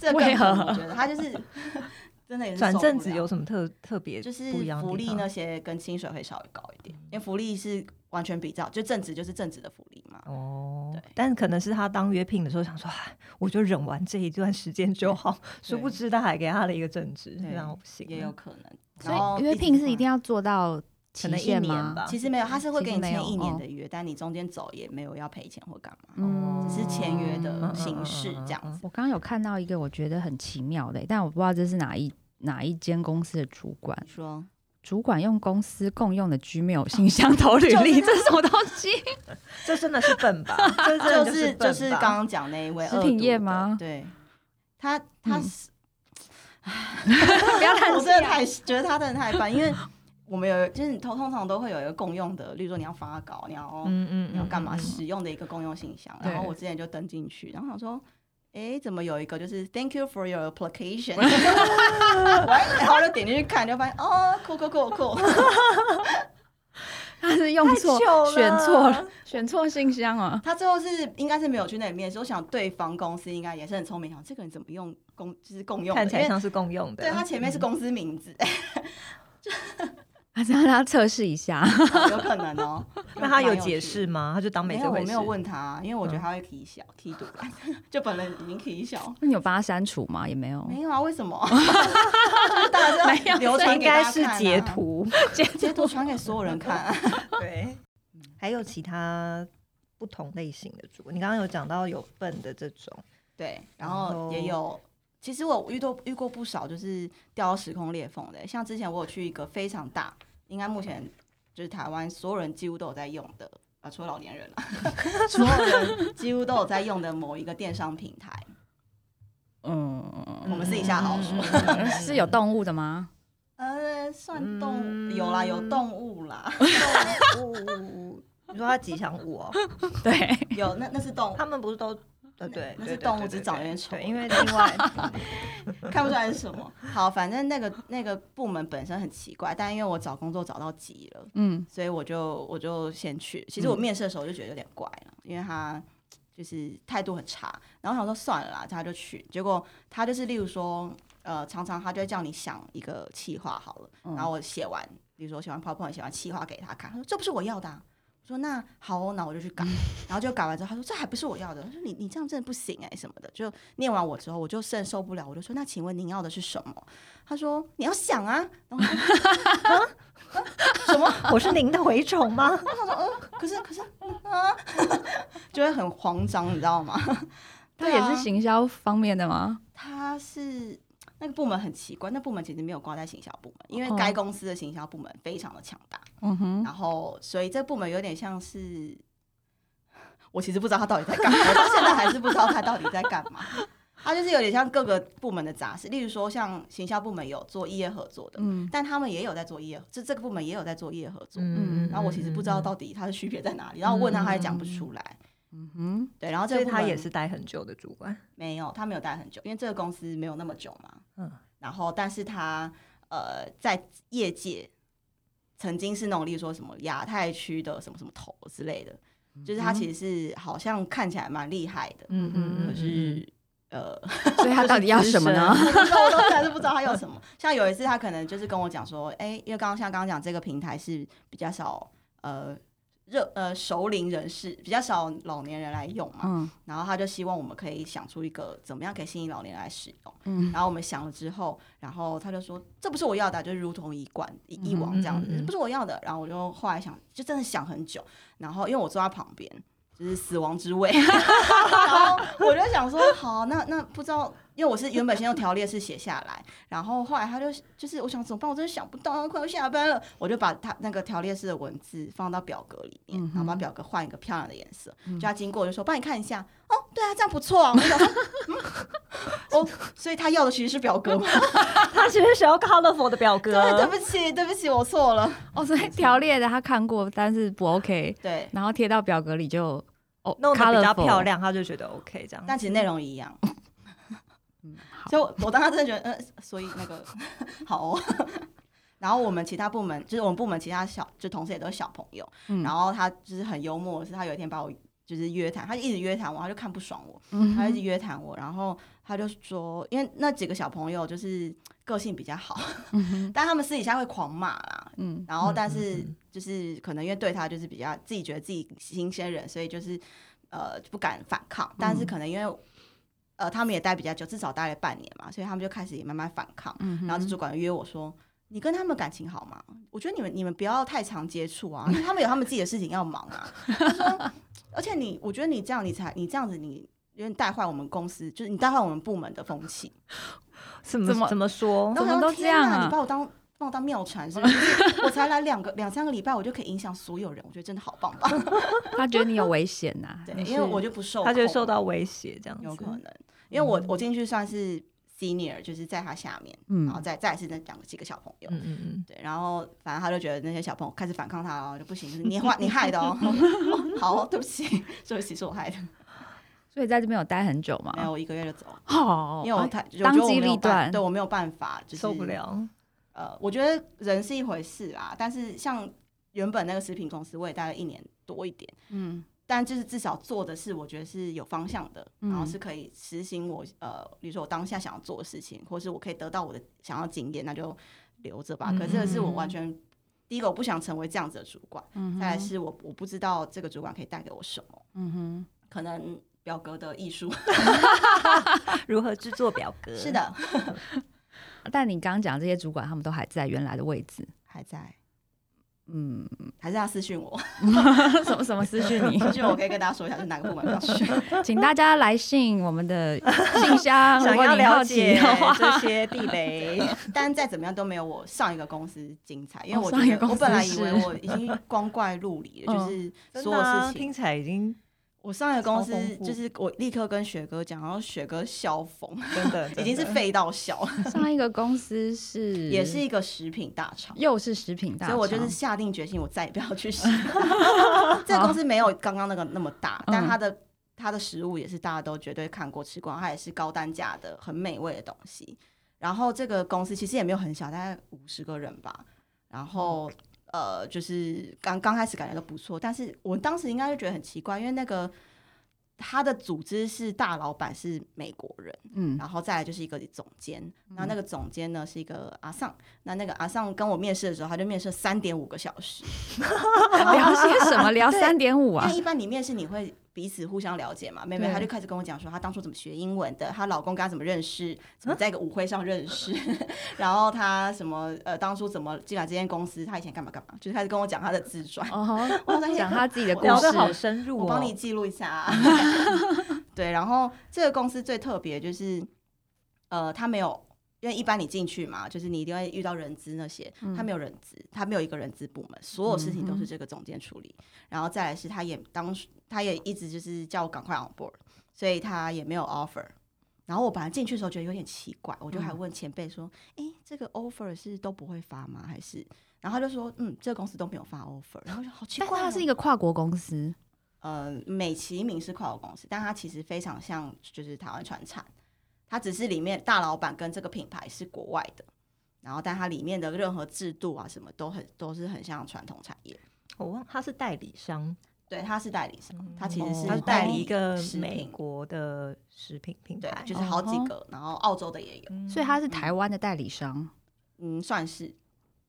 这个
为
更
何
狠我觉得他就是 [laughs] 真的也是
转
受不
正职
了
有什么特特别
就是
不一样的
福
地
利
方嗯
那？些跟薪水会稍微高一点，因为福利是完全比较，就正职就是正职的福利嘛，
哦
对，
但可能是他当约聘的时候想说，哎我就忍完这一段时间就好，殊不知他还给他了一个正职，
对
让我不行了。
也有可能。
所
然后
以约
一直
聘是
换
一定要做到
可
期
能一
限
年
吗？
吧。其实没有，他是会
其
给
实
你
没
签
有
一年
哦
的约，但你中间走也没有要赔钱或干嘛，哦
嗯
只是签约的
嗯
形式这样子。
我刚刚有看到一个我觉得很奇妙的，但我不知道这是哪一哪一间公司的主管，
你 [laughs] 说
主管用公司共用的 Gmail 信箱投履历，这是什么东西？ [laughs]
这真的是
[laughs]
笨吧？这真的
就是
笨吧
就是刚刚讲那一位
食
恶
品
毒
业
的
吗
对，他他
嗯
是 [laughs]
[laughs] 不要叹
我
气
真的太觉得他真的太烦，因为我们有就是通通常都会有一个共用的，例如说你要发稿，你要
嗯嗯
你要干嘛
嗯嗯
使用的一个公用信箱。
对
然后我之前就登进去，然后想说，诶，怎么有一个就是 Thank you for your
[laughs]
application，然后就点进去看，就发现哦，酷酷酷酷，
他是用错
太糗了，
选错了，选错信箱
[laughs]
啊！
他最后是应该是没有去那里面试。我想对方公司应该也是很聪明，想这个人怎么用公就是共用的，
看起来
因为
像是嗯共用的。
对他前面是公司名字， [laughs]
还是让他测试一下， [laughs]
有可能哦。
[laughs] 那他有
蛮趣
解释吗？他就当
没
没
有，
这
我
回事。
没有问他，因为
嗯
我觉得他会提小提读， [laughs] 就本人已经提小。
那你有帮他删除吗？也没
哦
有，
没有啊，为什
[laughs]
么？就是大家
没有
流传
应
给大
该
家
是
看啊
截，图。
截图传给所有人看 [laughs] 啊。
对， [laughs] 还有其他不同类型的主，你刚刚有讲到有笨的这种，
对，然
然
后
后
也有。其实我遇到遇过不少，就是掉到时空裂缝的。欸像之前我有去一个非常大，应该目前就是台湾所有人几乎都有在用的，啊，除了老年人啊， [laughs] 所有人几乎都有在用的某一个电商平台。
嗯，
我们私底下好好说。
[laughs]
是
嗯
有动物的吗？ [laughs]
嗯
呃，算动物有啦，有动物啦， [laughs]
物，你说它吉祥物哦，
对，
有那那是动物，
他们不是都呃对，
那
对
是动物
对对
只
对
长得有点丑
对因为另
[laughs]
外
看不出来是什么。好，反正那个那个部门本身很奇怪，但因为我找工作找到急了，
嗯，
所以我就我就先去。其实我面试的时候就觉得有点怪了，因为他就是态度很差。然后我想说算了啦，他就去。结果他就是例如说，呃，常常他就会叫你想一个企划好了，
嗯
然后我写完，比如说写完 PowerPoint，写完企划给他看，他说这不是我要的、啊。我说那好哦、那我就去改，然后就改完之后，他说这还不是我要的，他说你你这样真的不行哎、什么的，就念完我之后，我就甚受不了，我就说那请问您要的是什么？他说你要想啊，然后我说啊啊什么？
我是您的蛔虫吗？
[laughs] 可是可是啊， [laughs] 就会很慌张，你知道吗？
他
对啊
也是行销方面的吗？
他是那个部门很奇怪，那部门其实没有挂在行销部门，因为
哦
该公司的行销部门非常的强大，
嗯哼，
然后所以这部门有点像是，我其实不知道他到底在干嘛，我到现在还是不知道他到底在干嘛。他就是有点像各个部门的杂事，例如说像行销部门有做异业合作的，
嗯，
但他们也有在做异业，这这个部门也有在做异业合作。
嗯
然后我其实不知道，到底它的区别在哪里，然后问他他也讲不出来。
嗯哼，
对，然后这
所
个
以
部
他
门
也是待很久的主管。
没有，他没有待很久，因为这个公司没有那么久嘛。
嗯
然后，但是他呃，在业界曾经是那种，例如说什么亚太区的什么什么头之类的，就是他其实是好像看起来蛮厉害的，
嗯
嗯
可是呃，
[laughs] 所以他到底要什么呢？ [laughs]
我不知道，我到现在都不知道他要什么。像有一次，他可能就是跟我讲说，哎、因为刚刚像刚刚讲这个平台是比较少呃热呃熟龄人士，比较少老年人来用嘛，
嗯
然后他就希望我们可以想出一个怎么样可以吸引老年人来使用。
嗯
然后我们想了之后，然后他就说这不是我要的啊，就是如同一贯一一往这样子，
嗯嗯嗯
不是我要的。然后我就后来想，就真的想很久。然后因为我坐在旁边，就是死亡之位，然后我就想说，好，那那不知道，因为我是原本先用条列式写下来，然后后来他就就是我想怎么办，我真的想不到啊，快要下班了，我就把他那个条列式的文字放到表格里面
嗯，哼
然后把表格换一个漂亮的颜色，就他经过我就说帮你看一下，哦，对啊，这样不错啊，我就想说，嗯，哦，所以他要的其实是表格吗？
他其实是要 colorful 的表
对，对
格，
不起，对不起，我错了，
哦，所以条列的他看过，但是不 OK，
对，
然后贴到表格里就哦，
弄得比较
colourful
漂。亮，他就觉得 OK 这样。
但其实内容一样，
嗯好
所以我我当时真的觉得，呃，所以那个 [laughs] 好、哦。然后我们其他部门，就是我们部门其他小，就同事也都是小朋友。
嗯
然后他就是很幽默，是他有一天把我就是约谈，他就一直约谈我，他就看不爽我，
嗯
他就一直约谈我。然后他就说，因为那几个小朋友就是个性比较好， [laughs] 但他们私底下会狂骂啦。
嗯
然后
嗯
但
嗯
是
嗯
就是可能因为对他就是比较自己觉得自己新鲜人，所以就是呃不敢反抗，但
嗯
是可能因为。呃，他们也待比较久，至少待了半年嘛，所以他们就开始也慢慢反抗。
嗯哼，
然后这主管约我说：“你跟他们感情好吗？我觉得你们你们不要太常接触啊，因为他们有他们自己的事情要忙啊。他说，而且你，我觉得你这样你才你这样子你有点带坏我们公司，就是你带坏我们部门的风气。
怎
怎么
么怎么说
那？怎么
然后
都
哦我想说
这样啊
天哪你把我当把我当妙传 [laughs] 是不是？我才来两个两三个礼拜，我就可以影响所有人，我觉得真的好棒
[laughs]
棒。
他觉得你有危险呐、
[laughs] 对，
你
因为
嗯是
我就不受控，
他就会受到威胁这样子。
有可能，因为我我进去算是 senior，就是在他下面，
嗯
然后再再是那两个几个小朋友。
嗯嗯嗯，
对，然后反正他就觉得那些小朋友开始反抗他哦，就不
[laughs]
行，就是你害你害的哦。哦好哦，对不起，对不起，是我害的。
所以在这边有待很久嘛
没，有，我一个月就走，
好，
因为我
哎
太我觉
当
得我
机
没有
立
办
断
对我没有办法，就是
受不。了。
呃，我觉得人是一回事啦，但是像原本那个食品公司，我也待了一年多一点，
嗯，
但就是至少做的是我觉得是有方向的，然后
嗯
是可以实行我呃，比如说我当下想要做的事情，或是我可以得到我的想要经验，那就留着吧。
嗯嗯
可是这个是我完全。第一个，我不想成为这样子的主管；
嗯
再来是我我不知道这个主管可以带给我什么。嗯哼，可能表格的艺术
[laughs]
[laughs]
如何制作表格？
是，的，
但你刚刚讲这些主管，他们都还在原来的位置，
还在， [laughs]
嗯，
还是要私讯我，
什么什么私讯你，
私讯我可以跟大家说一下是哪个部门比较需要 [laughs]
请大家来信我们的信箱，
想
如果
要
你好
了
奇
解
的话，
这些地雷，
[laughs]
但再怎么样都没有我上一个公司精彩，因为
哦
我
上一
觉
个
得
公
我
司
本来以为
是
我已经光怪陆
[laughs]
离了，就
嗯
是
[laughs] 真
所
的啊
有事情。
听起来已经
我上一个公司
超丰富
就是我立刻跟雪哥讲，然后雪哥笑疯，
真的
[laughs] 已经是
非。
废到笑，
上一个公司是
也是一个食品大厂。
又是食品大
所以
厂，
我就是下定决心，我再也不要去食品大厂。这个公司没有刚刚那个那么大，但它的它的食物也是大家都绝对看过吃过，它也是高单价的、很美味的东西。然后这个公司其实也没有很小，大概五十个人吧。然后呃，就是刚刚开始感觉都不错，但是我当时应该就觉得很奇怪，因为那个他的组织是大老板是美国人， [laughs]
嗯
然后再来就是一个总监，然后那个总监呢是一个阿尚，那那个阿尚跟我面试的时候，他就面试三点五个小时，
聊些什么？聊
对
三点五
因
啊
为？一般你面试你会彼此互相了解嘛，妹妹
对
她就开始跟我讲说她当初怎么学英文的，她老公跟她怎么认识，怎
嗯
么在一个舞会上认识， [laughs] 然后她什么呃当初怎么进来这间公司，她以前干嘛干嘛，就是开始跟我讲她的自传。
哦吼，
我想哎
讲他自己的故
聊得好
事，
深入哦，
我帮你记录一下、
[laughs]
啊。 [laughs] 对，然后这个公司最特别就是，呃，它没有，因为一般你进去嘛，就是你一定会遇到人资那些，
嗯
它没有人资，它没有一个人资部门，所有事情都是这个总监处理。然后再来是，他也当时他也一直就是叫我赶快 on board，所以他也没有 offer。然后我本来进去的时候觉得有点奇怪，我就
嗯
还问前辈说：“诶，这个 offer 是都不会发吗？还是？”然后他就说：“嗯，这个公司都没有发 offer。”然后我就好奇
但
怪、哦。
他是一个跨国公司，
呃，美其名是跨国公司，但它其实非常像就是台湾船产，它只是里面大老板跟这个品牌是国外的，然后但它里面的任何制度啊什么都很都是很像传统产业。
我忘他是代理商，
对，它是代理商，它其实
哦
是
他是
嗯代
代理一个
食
美
品，
国的食品品
对
牌，，
就是好几个，然后澳洲的也有，
所
嗯
以他是台湾的代理商。哦
嗯，算是。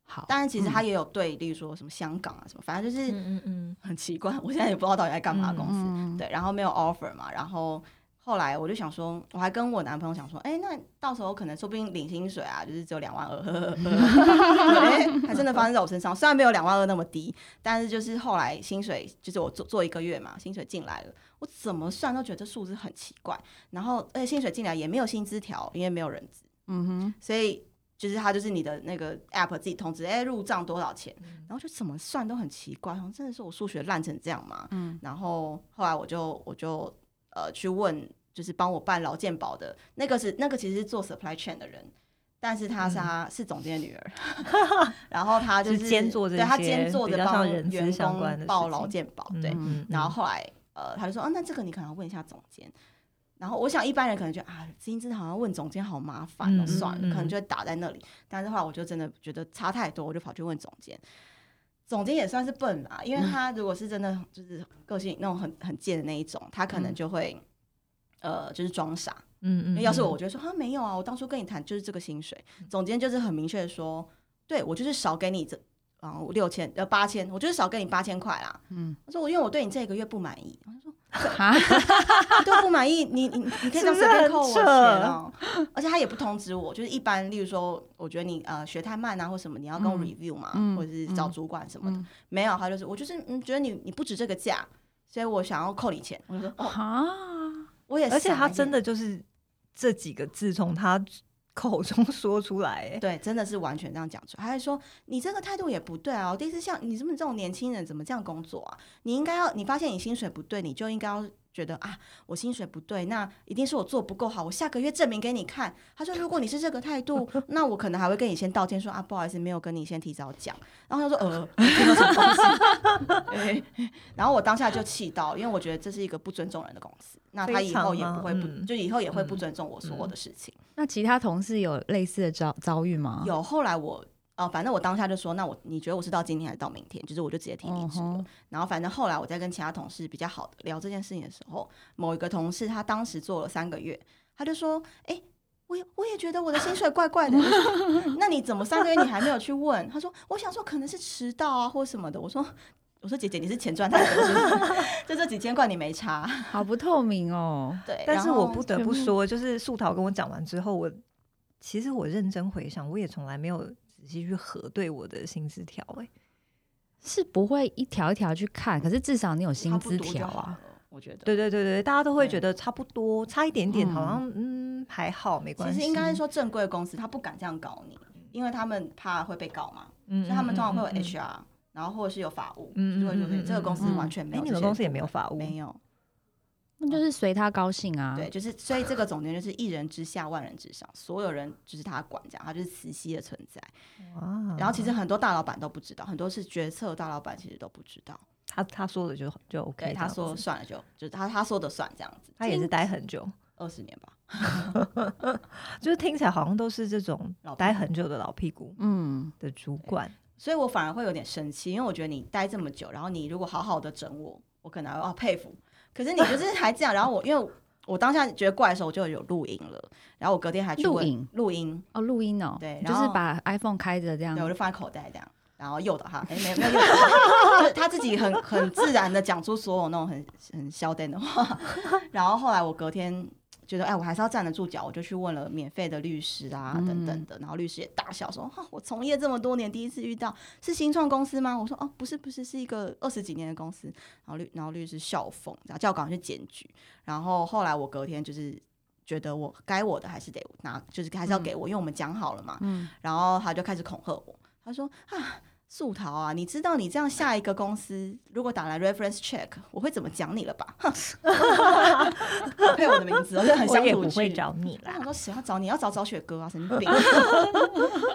好，
当然，其实
嗯
它也有对，例如说什么香港啊什么，反正就是
嗯嗯嗯，
很奇怪，我现在也不知道到底在干嘛的公司。
嗯
对，然后没有 offer 嘛，然后后来我就想说，我还跟我男朋友想说，哎，那到时候可能说不定领薪水啊，就是只有两万二，呵 [laughs] 呵呵对还真的发生在我身上。虽然没有两万二那么低，但是就是后来薪水，就是我做做一个月嘛，薪水进来了，我怎么算都觉得这数字很奇怪。然后而且薪水进来也没有薪资条，因为没有人资，
嗯哼，
所以。就是它，就是你的那个 app 自己通知，哎、入账多少钱，
嗯
然后就怎么算都很奇怪，好像真的是我数学烂成这样吗？
嗯
然后后来我就我就呃去问，就是帮我办劳健保的那个是那个其实是做 supply chain 的人，但是
嗯
他是他、是总监的女
[laughs]
儿，然后他就是
是兼做这
对他
些
兼做
比
着
较
帮
像人资
员
相关
工
的
报
事
劳
情
健保，哦对，
嗯
然后后来呃他就说，啊，那这个你可能要问一下总监。然后我想一般人可能觉得啊，薪资好像问总监好麻烦哦，
嗯嗯
算了，可能
嗯
就会打在那里。但是后来我就真的觉得差太多，我就跑去问总监。总监也算是笨啦，因
嗯
为他如果是真的就是个性那种很很贱的那一种，他可能就会、呃就是装傻。
嗯
因为要是我，我就会说啊没有啊，我当初跟你谈就是这个薪水。总监就是很明确的说，对我就是少给你这呃啊六千呃八千，我就是少给你八千块啦。
嗯
他说我因为我对你这个月不满意。他说 [laughs]
啊，
都不满意，你你你可以这样随便扣我钱哦、而且他也不通知我，就是一般，例如说，我觉得你呃学太慢啊或什么，你要跟我
嗯
review 嘛，
嗯
或者是找主管什么的，
嗯
没有，他就是我就是嗯觉得你你不值这个价，所以我想要扣你钱。我就说哦，
啊，
我也
而且
傻
他
眼
真的就是这几个字从他口中 [laughs] 说出来，哎
对，真的是完全这样讲出来。他还说你这个态度也不对啊！我第一次像你这么这种年轻人怎么这样工作啊？你应该要，你发现你薪水不对，你就应该要觉得啊，我薪水不对，那一定是我做不够好，我下个月证明给你看。他说，如果你是这个态度，那我可能还会跟你先道歉说啊，不好意思，没有跟你先提早讲。然后他说呃，我听到什么东西 [laughs] 哎然后我当下就气到，因为我觉得这是一个不尊重人的公司，那他
非
以后
常
也
吗
不会不、
嗯
就以后也会不
嗯
尊重我所有的事情。
那其他同事有类似的遭遭遇吗？
有后来我呃，反正我当下就说，那我你觉得我是到今天还是到明天？就是我就直接提离
嗯
职了。
哼，
然后反正后来我在跟其他同事比较好的聊这件事情的时候，某一个同事他当时做了三个月，他就说，哎、我也我也觉得我的薪水怪怪 [laughs] 的，我说那你怎么三个月你还没有去问？他说我想说可能是迟到啊或什么的。我说我说姐姐你是钱赚太多是不是，就这几千块你没差。
好不透明哦。
[laughs] 对，
但
然
是我
后
不得不
全部
说，就是素桃跟我讲完之后，我其实我认真回想，我也从来没有仔细去核对我的薪资条、哎，
是不会一条一条去看，可是至少你有薪
他不
资
读就
条
好
啊。
了，我觉得。
对对对对，大家都会
对
觉得差不多，差一点点，
嗯
好像嗯还好，没关
其
系。
实应该是说正规的公司他不敢这样搞你，因为他们怕会被告嘛，
嗯，嗯
所以他们通常会有
嗯嗯嗯
HR，、然后或者是有法务，
嗯嗯
就会说
嗯嗯嗯
这个公司完全没
哎、
有这些。
你们公司也没有法务，
没有，
那就是随他高兴啊。
嗯对，，就是所以这个总监就是一人之下万人之上，所有人就是他管这样，他就是慈禧的存在。
哇
然后其实很多大老板都不知道，很多是决策大老板其实都不知道，
他他说的就就 OK，
对他
这样
说
子
算了就就是他他说的算这样子，
他也是待很久，
二十年吧，
就是听起来好像都是这种
老屁股
待很久的老屁股
嗯，
的主管，
所以我反而会有点生气，因为我觉得你待这么久，然后你如果好好的整我，我可能要佩服。可是你就是还这样，然后我因为我当下觉得怪的时候，我就有录音了，然后我隔天还去
录
问
影
录音，
哦，录音哦，
对
就
然
是
后
把 iPhone 开着这样
对，。我就放在口袋这样，然后诱导他，哎、没有没有 [laughs] 诱导他， [laughs] 就是他自己很很自然的讲出所有那种很很嚣张的话， [laughs] 然后后来我隔天。觉得哎，我还是要站得住脚，我就去问了免费的律师啊，
嗯
等等的。然后律师也大笑说：“哈、我从业这么多年，第一次遇到是新创公司吗？”我说：“哦，不是，不是，是一个二十几年的公司。”然后律然后律师笑疯，然后叫我赶快去检举。然后后来我隔天就是觉得我该我的还是得拿，就是还是要给
嗯
我，因为我们讲好了嘛。
嗯
然后他就开始恐吓我，他说啊。素桃啊，你知道你这样下一个公司如果打来 reference check，我会怎么讲你了吧？哼 [laughs] 配我的名字，我就很
我
想
也不会找你
我
啦
想。 [laughs] 说谁要找你？要找找雪哥啊，神经病！ [laughs]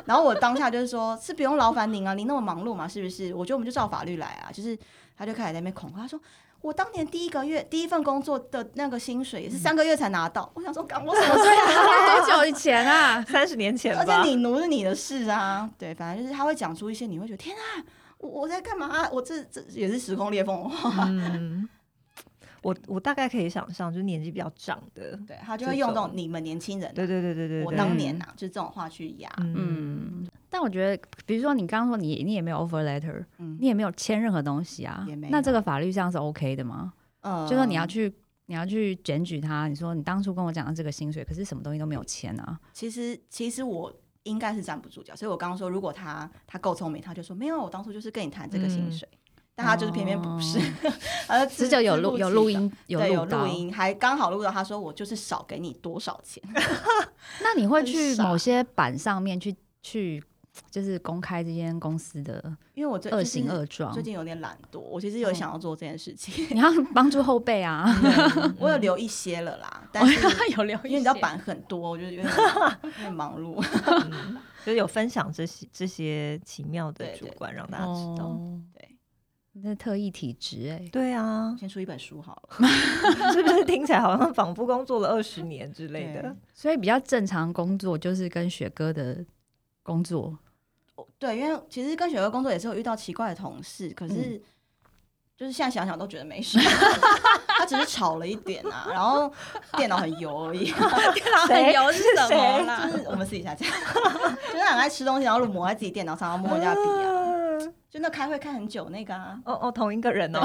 然后我当下就是说，是不用劳烦您啊，您那么忙碌嘛，是不是？我觉得我们就照法律来啊。就是他就开始在那边恐吓，他说我当年第一个月第一份工作的那个薪水也是三个月才拿到。我想说，干我什么罪啊？
[laughs] 多久以前
[laughs]
啊？
三十年前
而
吧
且，你奴是你的事啊，对，反正就是他会讲出一些你会觉得天啊，我我在干嘛、啊我这这也是时空裂缝的哦话， [laughs]
嗯，我我大概可以想象，就是年纪比较长的，
对他就会用这种你们年轻人啊、
对对对对对，
我
对
当年呐、就是这种话去压，
嗯，
嗯，但我觉得，比如说你刚刚说你你也没有 offer letter，
嗯
你也没有签任何东西啊
也没，有
那这个法律上是 OK 的吗？
呃
就说你要，去。你要去检举他，你说你当初跟我讲的这个薪水，可是什么东西都没有签啊？
其实其实我。应该是站不住脚，所以我刚刚说，如果他他够聪明，他就说没有，我当初就是跟你谈这
嗯
个薪水，但他就是偏偏不是， [laughs] 而
这就哦有录有录，音有
对，有
录到
录，音，还刚好录到他说我就是少给你多少钱，
那你会去
很傻
某些版上面去去，就是公开这间公司的
因为我最
恶行
就是
恶状
最，近有点懒惰，我其实有
嗯
想要做这件事情，
[laughs] 你要帮助后辈啊！
我有留一些了啦，但是
哦 [laughs] 有留
因为你知道版很多，我就
[laughs]
有点有点忙碌。 [laughs]
嗯就是有分享这些这些奇妙的
对
主
对
管，让大
[laughs]
家知道。
哦，
对，
你那特异体质哎，
对啊， [laughs]
先出一本书好了，
是不是听起来好像仿佛工作了二十年之类的
对？
所以比较正常工作就是跟雪哥的
[laughs]
工作，
我对，因为其实跟雪哥工作也是有遇到奇怪的同事，可是就是现在想想都觉得没什么，他只是吵了一点啊，然后电脑很油而 [laughs] 已。
谁
有
是谁？
[laughs] 就是我们私底下讲，就是他很爱吃东西，然后抹在自己电脑上，然后摸人家笔啊。就那开会看很久那个啊，
哦哦，同一个人哦，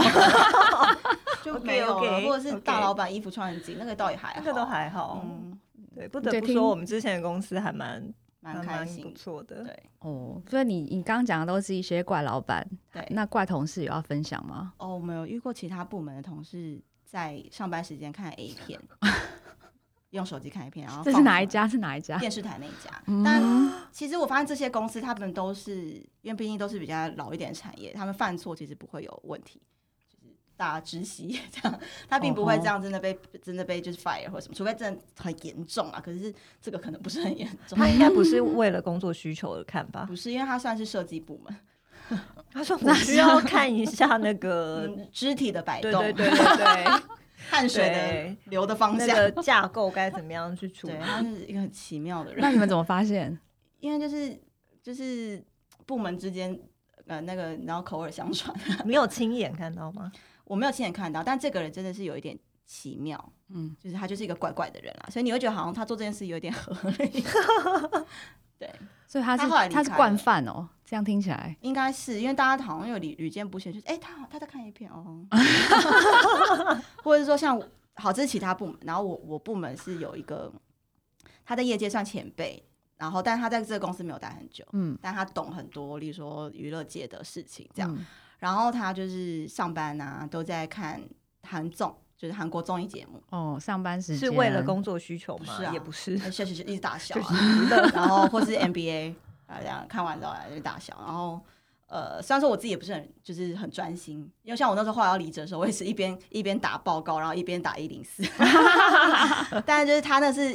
就
OK，
没有了
OK，
或者是
OK
大老板衣服穿很紧，那个倒也还好，
[laughs] 那个都还好。
嗯，
对，不得
对
不
听
说，我们之前的公司还蛮
蛮
还
开
嗯蛮不
心。
错的。
对
哦，所以你你刚刚讲的都是一些怪老板，
对，
那怪同事有要分享吗？
哦，我们有遇过其他部门的同事在上班时间看 A [laughs] 片，用手机看 A 片，然后
这是
放
哪一
出来？
家？是哪一
啊
[laughs]
家？
电视台那一家。但
嗯，
其实我发现这些公司，他们都是因为毕竟都是比较老一点的产业，他们犯错其实不会有问题，就是大家知悉这样， [laughs] 他并不会
哦
这样真的被真的被就是 fire 或什么，除非真的很严重啊。可是这个可能不是很严重，
[laughs] 他应该不是为
[laughs]
了工作需求而看吧？
不是因为他算是设计部门，
他说我需要看一下那个，
[laughs] 嗯，肢体的摆
对
动，
对对对对，
[laughs] 汗水
对
的流的方
那
向，
个架构该怎么样去处理
对，？他是一个很奇妙的
那
人，
你们怎么发现？
因为就是就是部门之间呃那个然后口耳相传，
你有亲眼看到吗？
我没有亲眼看到，但这个人真的是有一点奇妙，
嗯，
就是他就是一个怪怪的人啊啦，所以你会觉得好像他做这件事有点合理， [laughs] 对，
所以他是
他后来离开
他是惯犯哦，这样听起来
应该是因为大家好像有屡屡见不鲜，就是哎、诶他好他在看一片哦， [laughs] 或者说像好这是其他部门，然后我我部门是有一个他在业界算前辈，然后但他在这个公司没有待很久，
嗯，
但他懂很多，例如说娱乐界的事情这样，
嗯
然后他就是上班啊都在看韩综，就是韩国综艺节目。
哦，上班时
是
间
为了工作需求吗？
不是啊
也不是。
呃是是是，一直打小、啊， [laughs] 然后或是 NBA 啊，这样看完之后就打小，然后呃，虽然说我自己也不是很就是很专心，因为像我那时候后来要离职的时候，我也是一边一边打报告，然后一边打一零四，但是就是他那是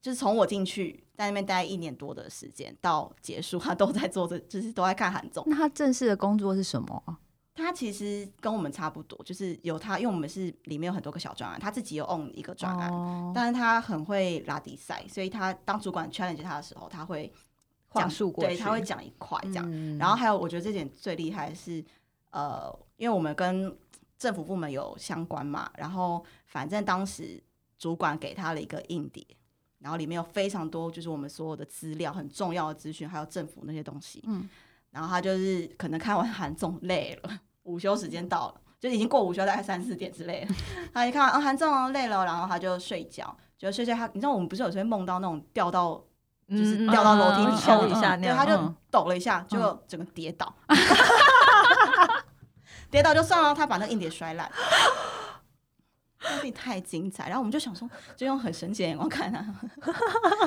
就是从我进去在那边待一年多的时间到结束，他都在做这，就是都在看韩综。
那他正式的工作是什么啊？
他其实跟我们差不多，就是有他，因为我们是里面有很多个小专案，他自己有 own 一个专案，
哦
但是他很会拉比赛，所以他当主管 challenge 他的时候，他会
话
讲
术过
对，
去
他会讲一块这样。
嗯
然后还有，我觉得这点最厉害的是，呃，因为我们跟政府部门有相关嘛，然后反正当时主管给他了一个硬碟，然后里面有非常多就是我们所有的资料、很重要的资讯，还有政府那些东西。
嗯，
然后他就是可能看完韩综累了，午休时间到了，就已经过午休大概三四点之类了。他一看完，啊，韩综哦累了，然后他就睡觉，就睡觉他。你知道我们不是有时候会梦到那种掉到就是掉到楼梯
嗯
底
嗯
下
抽
的
一下
嗯
那
对，
样。
他就
嗯
抖了一下，就整个跌倒， [laughs] 跌倒就算了，他把那个硬碟摔烂。那也太精彩，然后我们就想说，就用很神奇的眼光看他，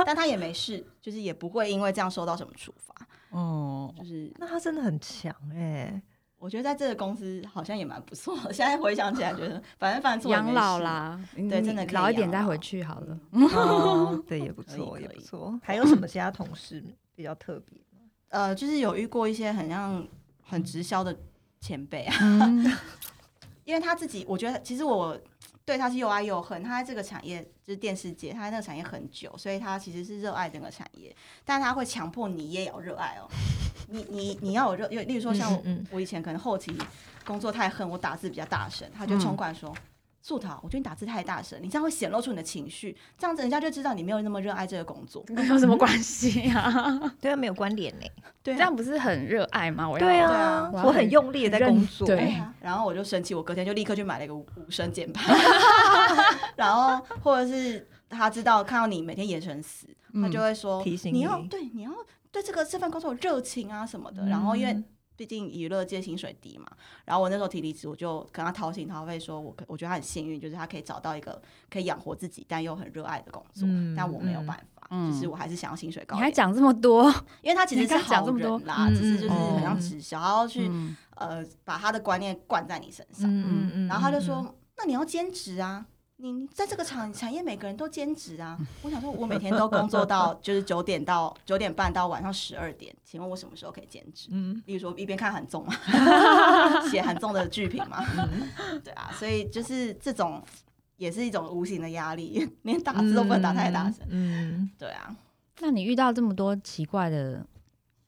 但他也 [laughs] 没事，就是也不会因为这样受到什么处罚，
哦，
就是
那他真的很强
[laughs]
哎、
我觉得在这个公司好像也蛮不错的。现在回想起来，觉得反正犯错也没
养
事
老，啦，
对
你
真的可以
老一点
养
再
老
回去好了。
哦，对，也不
可以
错，
可
也不
以
错。还有什么其他同事比较特别？
呃，就是有遇过一些很像很直销的前辈啊，
嗯，
[laughs] 因为他自己，我觉得其实我对他是又爱又恨。他在这个产业，就是电视界，他在那个产业很久，所以他其实是热爱整个产业，但他会强迫你也要热爱哦。你你你要有热，例如说像我
嗯嗯嗯
我以前可能后期工作太恨，我打字比较大声，他就冲过来说。素桃，我觉得你打字太大声，你这样会显露出你的情绪，这样子人家就知道你没有那么热爱这个工作。
跟 [laughs] 有什么关系 [laughs] 啊？
对啊，没有关联呢、
对啊
这样不是很热爱吗？我要
对
对
啊
啊，
我要
我
很
很用力的在
认
工作。
对
啊 [laughs] 然后我就生气，我隔天就立刻去买了一个无无声键
[laughs]
盘， [laughs] 然后或者是他知道看到你每天眼神死，他就会说、
嗯提醒
你
你
要对你要对这个这份工作有热情啊什么的。然后因
嗯
为毕竟娱乐界薪水低嘛，然后我那时候提离职，我就跟他掏心掏肺说，我可我觉得他很幸运，就是他可以找到一个可以养活自己但又很热爱的工作，
嗯
但我没有办法，
嗯
就是我还是想要薪水高
你
一
还
点。
讲这么多，
因为他其实
你
是
刚讲
好
这么多
人啦，
嗯
只是就是
嗯
很像
嗯
直销，然后去、
[laughs] 嗯
呃把他的观念灌在你身上。
嗯嗯嗯
然后他就
嗯
说：“那你要兼职啊，你你在这个产产业每个人都兼职啊。”我想说，我每天都工作
[laughs]
到就是九点到九点半到晚上十二点，请问我什么时候可以兼职？
嗯，
例如说一边看韩综
[laughs]
嘛，写韩综的剧评嘛，
嗯
对啊，所以就是这种也是一种无形的压
[laughs]
力，连打字都不能打太大声，
嗯，
对啊。
那你遇到这么多奇怪的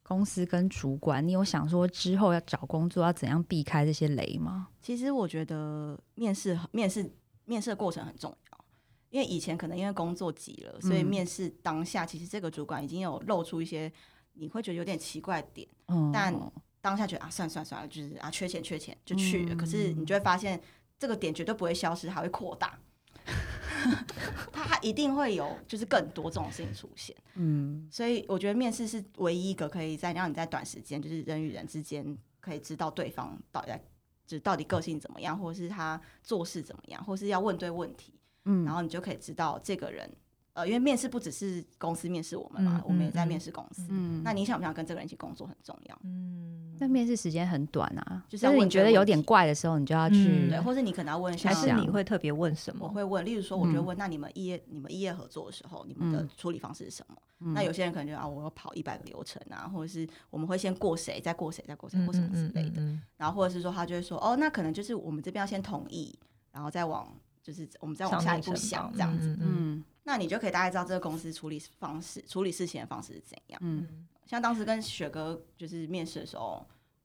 公司跟主管，你有想说之后要找工作要怎样避开这些雷吗？
其实我觉得面试面试面试的过程很重要，因为以前可能因为工作急了，所以
嗯
面试当下其实这个主管已经有露出一些你会觉得有点奇怪的点，
嗯，
但当下觉得啊，算算算了，就是啊，缺钱缺钱就去了。可是你就会发现，这个点绝对不会消失，还会扩大。 [laughs] 它它一定会有，就是更多这种事情出现。
嗯，
所以我觉得面试是唯一一个可以在让你在短时间，就是人与人之间可以知道对方到底在，就是到底个性怎么样，或者是他做事怎么样，或是要问对问题，
嗯
然后你就可以知道这个人。呃，因为面试不只是公司面试我们嘛，
嗯
我们也在
嗯
面试公司。
嗯
那你想不想跟这个人一起工作很重要，
嗯，
那面试时间很短啊，
就
就是
要
是
问
你
这
觉
个
得有
问
点
题
怪的时候，你就要去
嗯
对，或是你可能要问
还
像，
是
想
你会特别问什
我
么？
会问，例如说，我就会
嗯
问，那你们异业你们异业合作的时候，你们的
嗯
处理方式是什么？
嗯
那有些人可能就啊，我要跑一百个流程啊，或者是我们会先过谁，再过谁，再过谁，
嗯
过什么之
嗯
类的。
嗯
然后或者是说，他就会说，哦，那可能就是我们这边要先同意，然后再往就是我们再往下一步想这样子。，
嗯
嗯
那你就可以大概知道这个公司处理方式、处理事情的方式是怎样。
嗯，
嗯，
像当时跟雪哥就是面试的时候，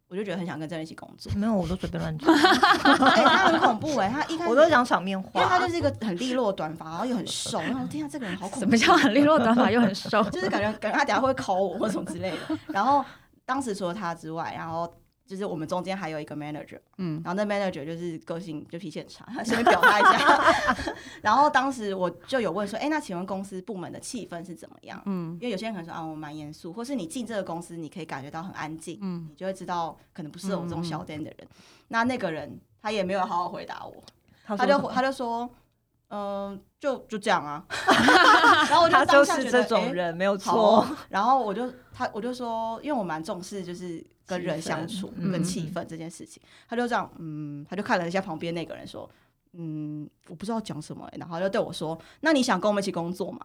我就觉得很想跟这人一起工作
[laughs] 没有，我都随便乱讲，
哎，他很恐怖哎、 [laughs] 他一开始
我都讲场面
因为他就
话。
是一个很利落的短发，然后又很瘦，然后我天啊，这个人好恐怖，
[laughs] 什么叫 [laughs] 很利落短发又很瘦？
就是感觉感觉他等下会考我或什么之类的。然后当时除了他之外，然后就是我们中间还有一个 manager，
嗯
然后那 manager 就是个性就脾气很差， [laughs] 他随便表达一下。 [laughs] 然后当时我就有问说，哎、那请问公司部门的气氛是怎么样？
嗯 [laughs]
因为有些人可能说啊，我蛮严肃，或是你进这个公司，你可以感觉到很安静，
嗯
你就会知道可能不适合我
嗯
这种小店的人。那那个人他也没有好好回答我，
他
他
说
就
什么
他就说，嗯、就就这样
[laughs]
啊。然后我就
他
当
就
下
是
觉
这
得
种。
诶
人，没有
好哦 [laughs]
错。，
然后我就他我就说，因为我蛮重视就是跟人相处
气氛
跟
嗯
气氛这件事情，他就这样，嗯，他就看了一下旁边那个人说，嗯，我不知道讲什么、欸然后他就对我说，那你想跟我们一起工作吗？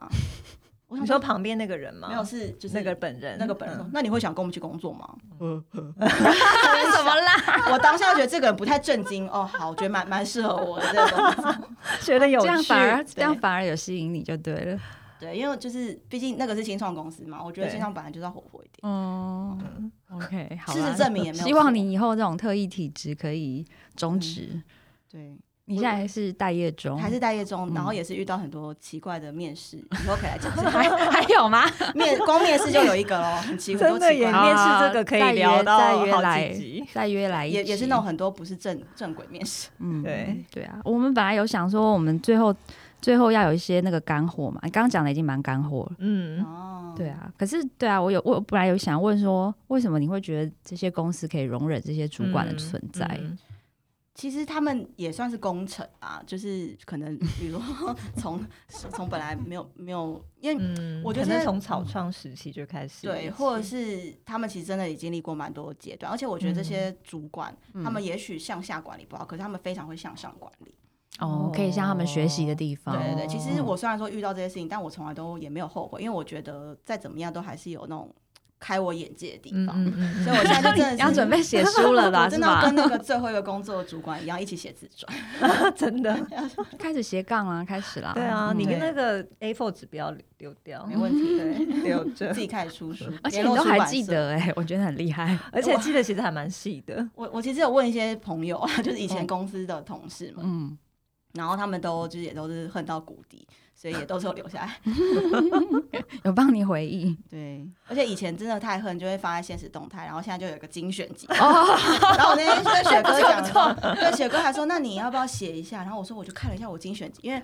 我想
你说旁边那个人吗？
没有，是就是
那个本人，
那个本人说，
嗯
那你会想跟我们一起工作吗？ [laughs]
怎么啦？
我当下觉得这个人不太震惊，哦，好，我觉得蛮蛮适合我的这个工作。 [laughs]
觉得有
这样
趣
反而这样
对
反而有吸引你就对了。
对，因为就是毕竟那个是新创公司嘛，我觉得
对
新创本来就是要活泼一点。
[laughs] 哦，OK，好
事
啊
啦
实证明也没有
希望
错
你以后这种特异体质可以终止。
对，
你现在是待业
哦
中，
还是待业中，
嗯
然后也是遇到很多奇怪的面
[laughs]
试，以后可以来讲 [laughs]
[laughs] 还还有吗？
面光面试就有一个咯，很奇很
真
多
的
奇
耶，
怪
好
的。
面试这个可以聊到
再约再约
好
来
几集。
再约来一
也也
集
是那种很多不是正正轨面试，
嗯，
对
对啊，我们本来有想说，我们最后最后要有一些那个干货嘛，你刚刚讲的已经蛮干货了。
嗯，
哦，
对，啊，可是对啊，我有我本来有想问说，为什么你会觉得这些公司可以容忍这些主管的存在？
嗯
其实他们也算是工程啊，就是可能比如说 [laughs] 从从本来没有没有，因为
嗯
我觉得
可能
现在
从草创时期就开始，
对，或者是他们其实真的也经历过蛮多阶段，而且我觉得这些
嗯
主管他
嗯
们也许向下管理不好，可是他们非常会向上管理。
哦，可以向他们学习的地方。
对对对，
哦
其实我虽然说遇到这些事情，但我从来都也没有后悔，因为我觉得再怎么样都还是有那种开我眼界的地
嗯
方。
嗯嗯，
所以我现在就真的是
[laughs] 要准备写书了 [laughs] 啦，
我
是
真的要
吧
跟？那个最后一个工作的主管一样，一起写自传。
[laughs] 真的，
开始斜杠啦，开始啦。
对啊，
嗯
你
对
跟那个 A4 纸不要丢掉，
没问题
[laughs] 对，
[laughs]
留着
自，己开始出书，
[laughs] 而且
联
你
络
都
出
还
版
记
社。
得哎、 [laughs] 我觉得很厉害。
而且
啊
记得其实还蛮细
[laughs]
的，
我我其实有问一些朋友啊，就是以
哦
前公司的同事们，
嗯，
然后他们都就是也都是恨到谷底，所以也都是有留下来。
有帮你回忆。
对，而且以前真的太恨，就会发在现实动态，然后现在就有个精选集。
哦，
[laughs] 然后我那天就跟
[laughs]
雪哥讲说，对雪哥还说，那你要不要写一下？然后我说我就看了一下我精选集，因为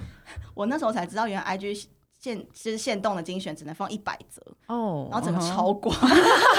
我那时候才知道原来 IG 限就是限动的精选只能放一百则，
哦
然后整个超过，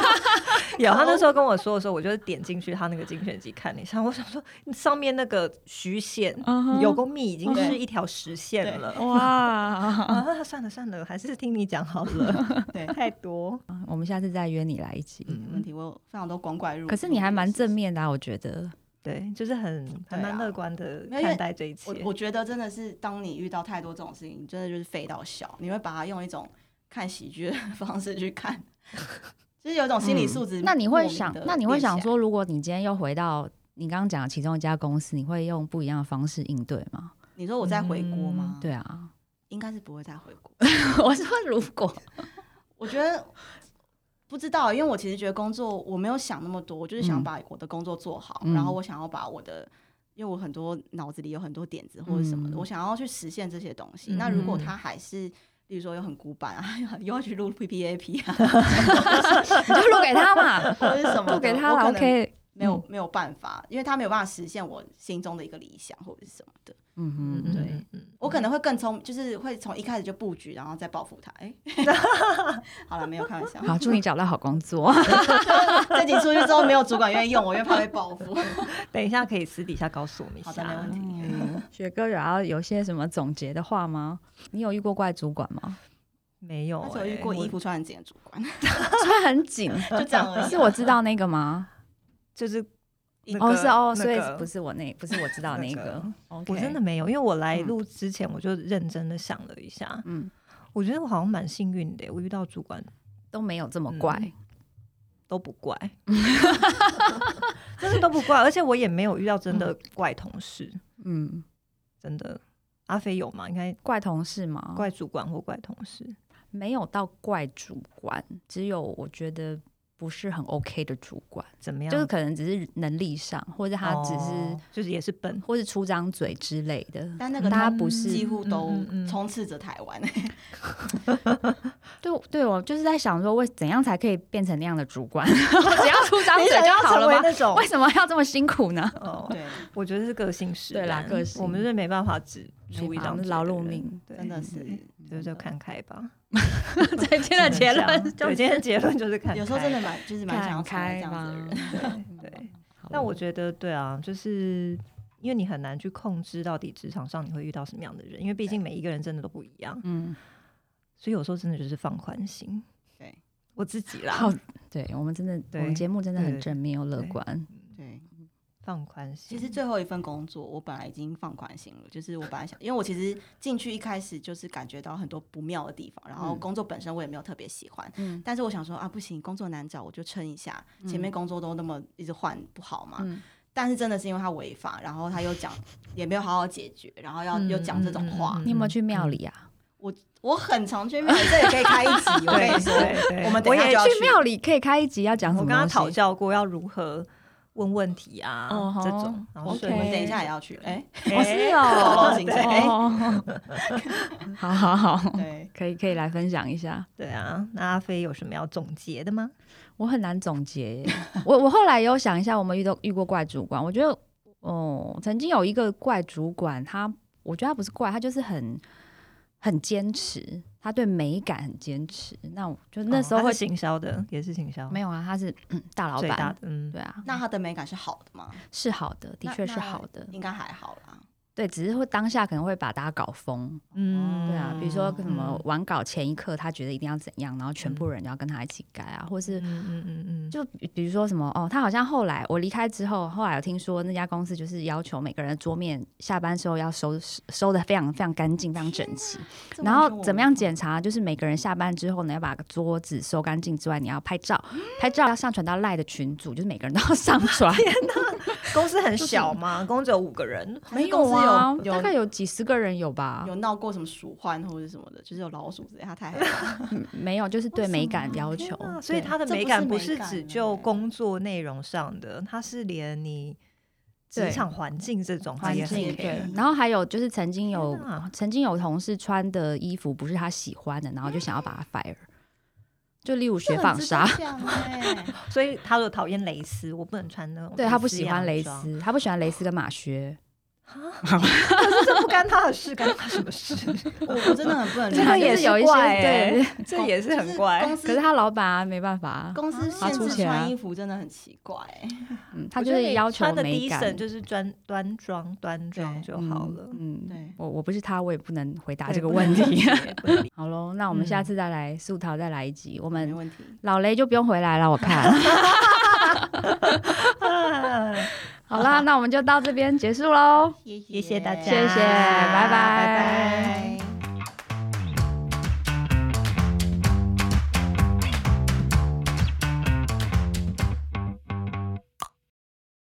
[laughs]
有，他那时候跟我说的时候，我就点进去他那个精选集看了一下，我想说上面那个虚线
嗯哼
有公密已经是
对
一条实线了。
哇！ [laughs]
啊，算了算了，还是听你讲好
[laughs]
了。
对
太多。嗯
我们下次再约你来一集。
嗯没问题，我有非常多光怪陆离。
可是你还蛮正。面的、啊，我觉得。
对，就是很还
对啊
蛮乐观的
没有因为
看待这一切
我。我觉得真的是，当你遇到太多这种事情，你真的就是废到笑，你会把它用一种看喜剧的方式去看， [laughs] 就是有一种心理素质、
嗯那你会想，那你会想，说，如果你今天又回到你刚刚讲的其中一家公司，你会用不一样的方式应对吗？
你说我再回国吗？，
对啊，
应该是不会再回国。
[laughs] 我说如果，
我觉得不知道，因为我其实觉得工作我没有想那么多，我就是想
嗯
把我的工作做好，
嗯
然后我想要把我的，因为我很多脑子里有很多点子或者什么的，
嗯
我想要去实现这些东西。
嗯
那如果它还是例如说又很古板啊， [laughs] 又要去
[laughs]
录 P P A P 啊，
你就录给他嘛，
或者是什么的，
录给他
[laughs] 我
啦
可能
，OK。嗯
没有没有办法，因为他没有办法实现我心中的一个理想或者是什么的。
嗯哼，
对
嗯嗯
我可能会更聪，就是会从一开始就布局，然后再报复他。哎、好了，没有开玩笑。
好，祝你找到好工作。
这集出去之后，没有主管愿意用我，因为怕被报复。
等一下可以私底下告诉我们一
好的，没
下
问。题。
雪哥，然后有些什么总结的话吗？你有遇过怪主管 [laughs] 吗？
没有、
他
欸，
只有遇过
我
衣服穿很紧的主管，
穿很紧，
就这样而已。
[laughs] 是我知道那个吗？
就是
一
那
哦，
个
是哦，
那
所以
个
不是我那，不是我知道那
那
个
个。
OK，
我真的没有，因为我来
嗯
录之前我就认真的想了一下，
嗯
我觉得我好像蛮幸运的，我遇到主管
都没有这么怪。
嗯都不
[laughs]
怪，真的都不怪，而且我也没有遇到真的怪同事，
嗯，
真的。阿飞有吗？应该
怪同事吗？
怪主管或怪同事，
没有到怪主管，只有我觉得不是很 OK 的主管，
怎么样？
就是可能只是能力上，或者他只是、
哦就是也是笨，
或是出张嘴之类的。
但那个
大
他
家不是
几乎都
嗯嗯嗯
充斥着台湾，
对对，我就是在想说，为怎样才可以变成那样的主管？只要出张
你
嘴
想
就
要
好
成
了
为
吗？
那种
为什么要这么辛苦呢？
哦，
对，
我觉得是个性使
嗯对啦
然
个性
我们就是没办法只 [laughs] 出
没
一
办
张
法
嘴
劳
的
碌
人
命，
对嗯
真的是。
就是就看开吧。
[laughs] 对，今天的结
只能
论
这样
就
[laughs] 对，今天结论就是看开。
有时候真的蛮就是蛮想要
看
成为
开
这样子的人。
人。
对 [laughs] 对。但我觉得对啊，就是因为你很难去控制到底职场上你会遇到什么样的人，因为毕竟每一个人真的都不一样，
[laughs] 嗯，
所以有时候真的就是放宽心。
对
我自己啦，
好，对我们真的，我们
对
节目真的
对
很正面又乐
对
观。
对，
放宽心。
其实最后一份工作，我本来已经放宽心了，就是我本来想，因为我其实进去一开始就是感觉到很多不妙的地方，然后
嗯
工作本身我也没有特别喜欢，
嗯
但是我想说啊，不行，工作难找，我就撑一下，前面工作都那么一直换不好嘛。
嗯
但是真的是因为他违法，然后他又讲也没有好好解决，然后要
嗯
又讲这种话，
嗯嗯嗯
你有没有去庙里啊？
我很常去庙里，这也可以开一集，我跟你说，
对对对
我们等
我
一下
也
就要
去庙里可以开一集要讲什
我
么？
跟他讨。教过要如何问问题啊
哦吼
这种，然后
我
OK
顺
们
便
等一下也要去，哎、
哦，是
透露
哦，
行程，哎、
哦， [laughs] 好好好，
对， [laughs]
可以可以来分享一下。
对啊，那阿飞有什么要总结的吗？
我很难总结耶。 [laughs] 我我后来有想一下，我们遇到遇过怪主管，我觉得，哦，曾经有一个怪主管，他我觉得他不是怪，他就是很很坚持，他对美感很坚持。那我就那时候
哦他
会、
是行销的，也是行销，
没有啊，他是、 [clears throat] 嗯大老
最大
板
的，，嗯，
对啊，
那他的美感是好的吗？
是好的，的
那
确是
那
好的，
应该还好啦。
对，只是会当下可能会把大家搞疯，
嗯，
对啊，比如说什么
嗯
完稿前一刻，他觉得一定要怎样，然后全部人要跟他一起改啊，或是
嗯嗯嗯嗯，
就比比如说什么哦，他好像后来我离开之后，后来有听说那家公司就是要求每个人的桌面下班时候要收收的非常非常干净、非常整齐，
这
然
完
后
全我
怎
无
么样
法
检查，就是每个人下班之后呢，要把桌子收干净之外，你要拍照，拍照要上传到赖的群组，就是每个人都要上传，
[laughs] 公司很小嘛，公司只有五个人，
还
[laughs] 没
是公司
啊，
有
大概有几十个人有吧，
有闹过什么鼠患或者什么的，就是有老鼠之类，他太害怕
[laughs]
了
嗯没有，就是
哦
对美感要求
天，哪所以
对
他的
这
美
不
感
是
不
美
是
感
只
了
就
欸
工作内容上的，它是连你
对
职场环境这种它
环
也很
境
care
对，然后还有就是曾经有
天哪
曾经有同事穿的衣服不是他喜欢的，然后就想要把他 fire，就例如雪纺纱，
这很值得讲欸
所以他如果讨厌蕾丝，我不能穿那种，
对他不喜欢蕾，丝，他不喜欢蕾丝跟马靴，
[laughs] 这不干他的事，干他什
[laughs]
么事？
[laughs] 我我真的很不能理
嗯这
解，
就
个也
是
是
有一些
怪欸
对，
这也是
就
很怪。
公司
可是他老板啊没办法啊，
公司
啊
限
出
制
钱啊
穿衣服真的很奇怪欸，
嗯，他
我
就
觉得
是
你
要求
穿的
美
低
感
审就是端端庄端庄
对
就好了。
嗯，嗯
对
我我不是他，我也不能回答
对
这个
不
问
能理
题。 [laughs]
解不能理
好喽，那我们下
嗯
次再来素桃再来一集，我
没
们
问题。
老雷就不用回来了，我看。 [laughs] 嗯好啦，那我们就到这边结束喽。
谢
[laughs] 谢谢大家
谢谢拜
拜
拜
拜。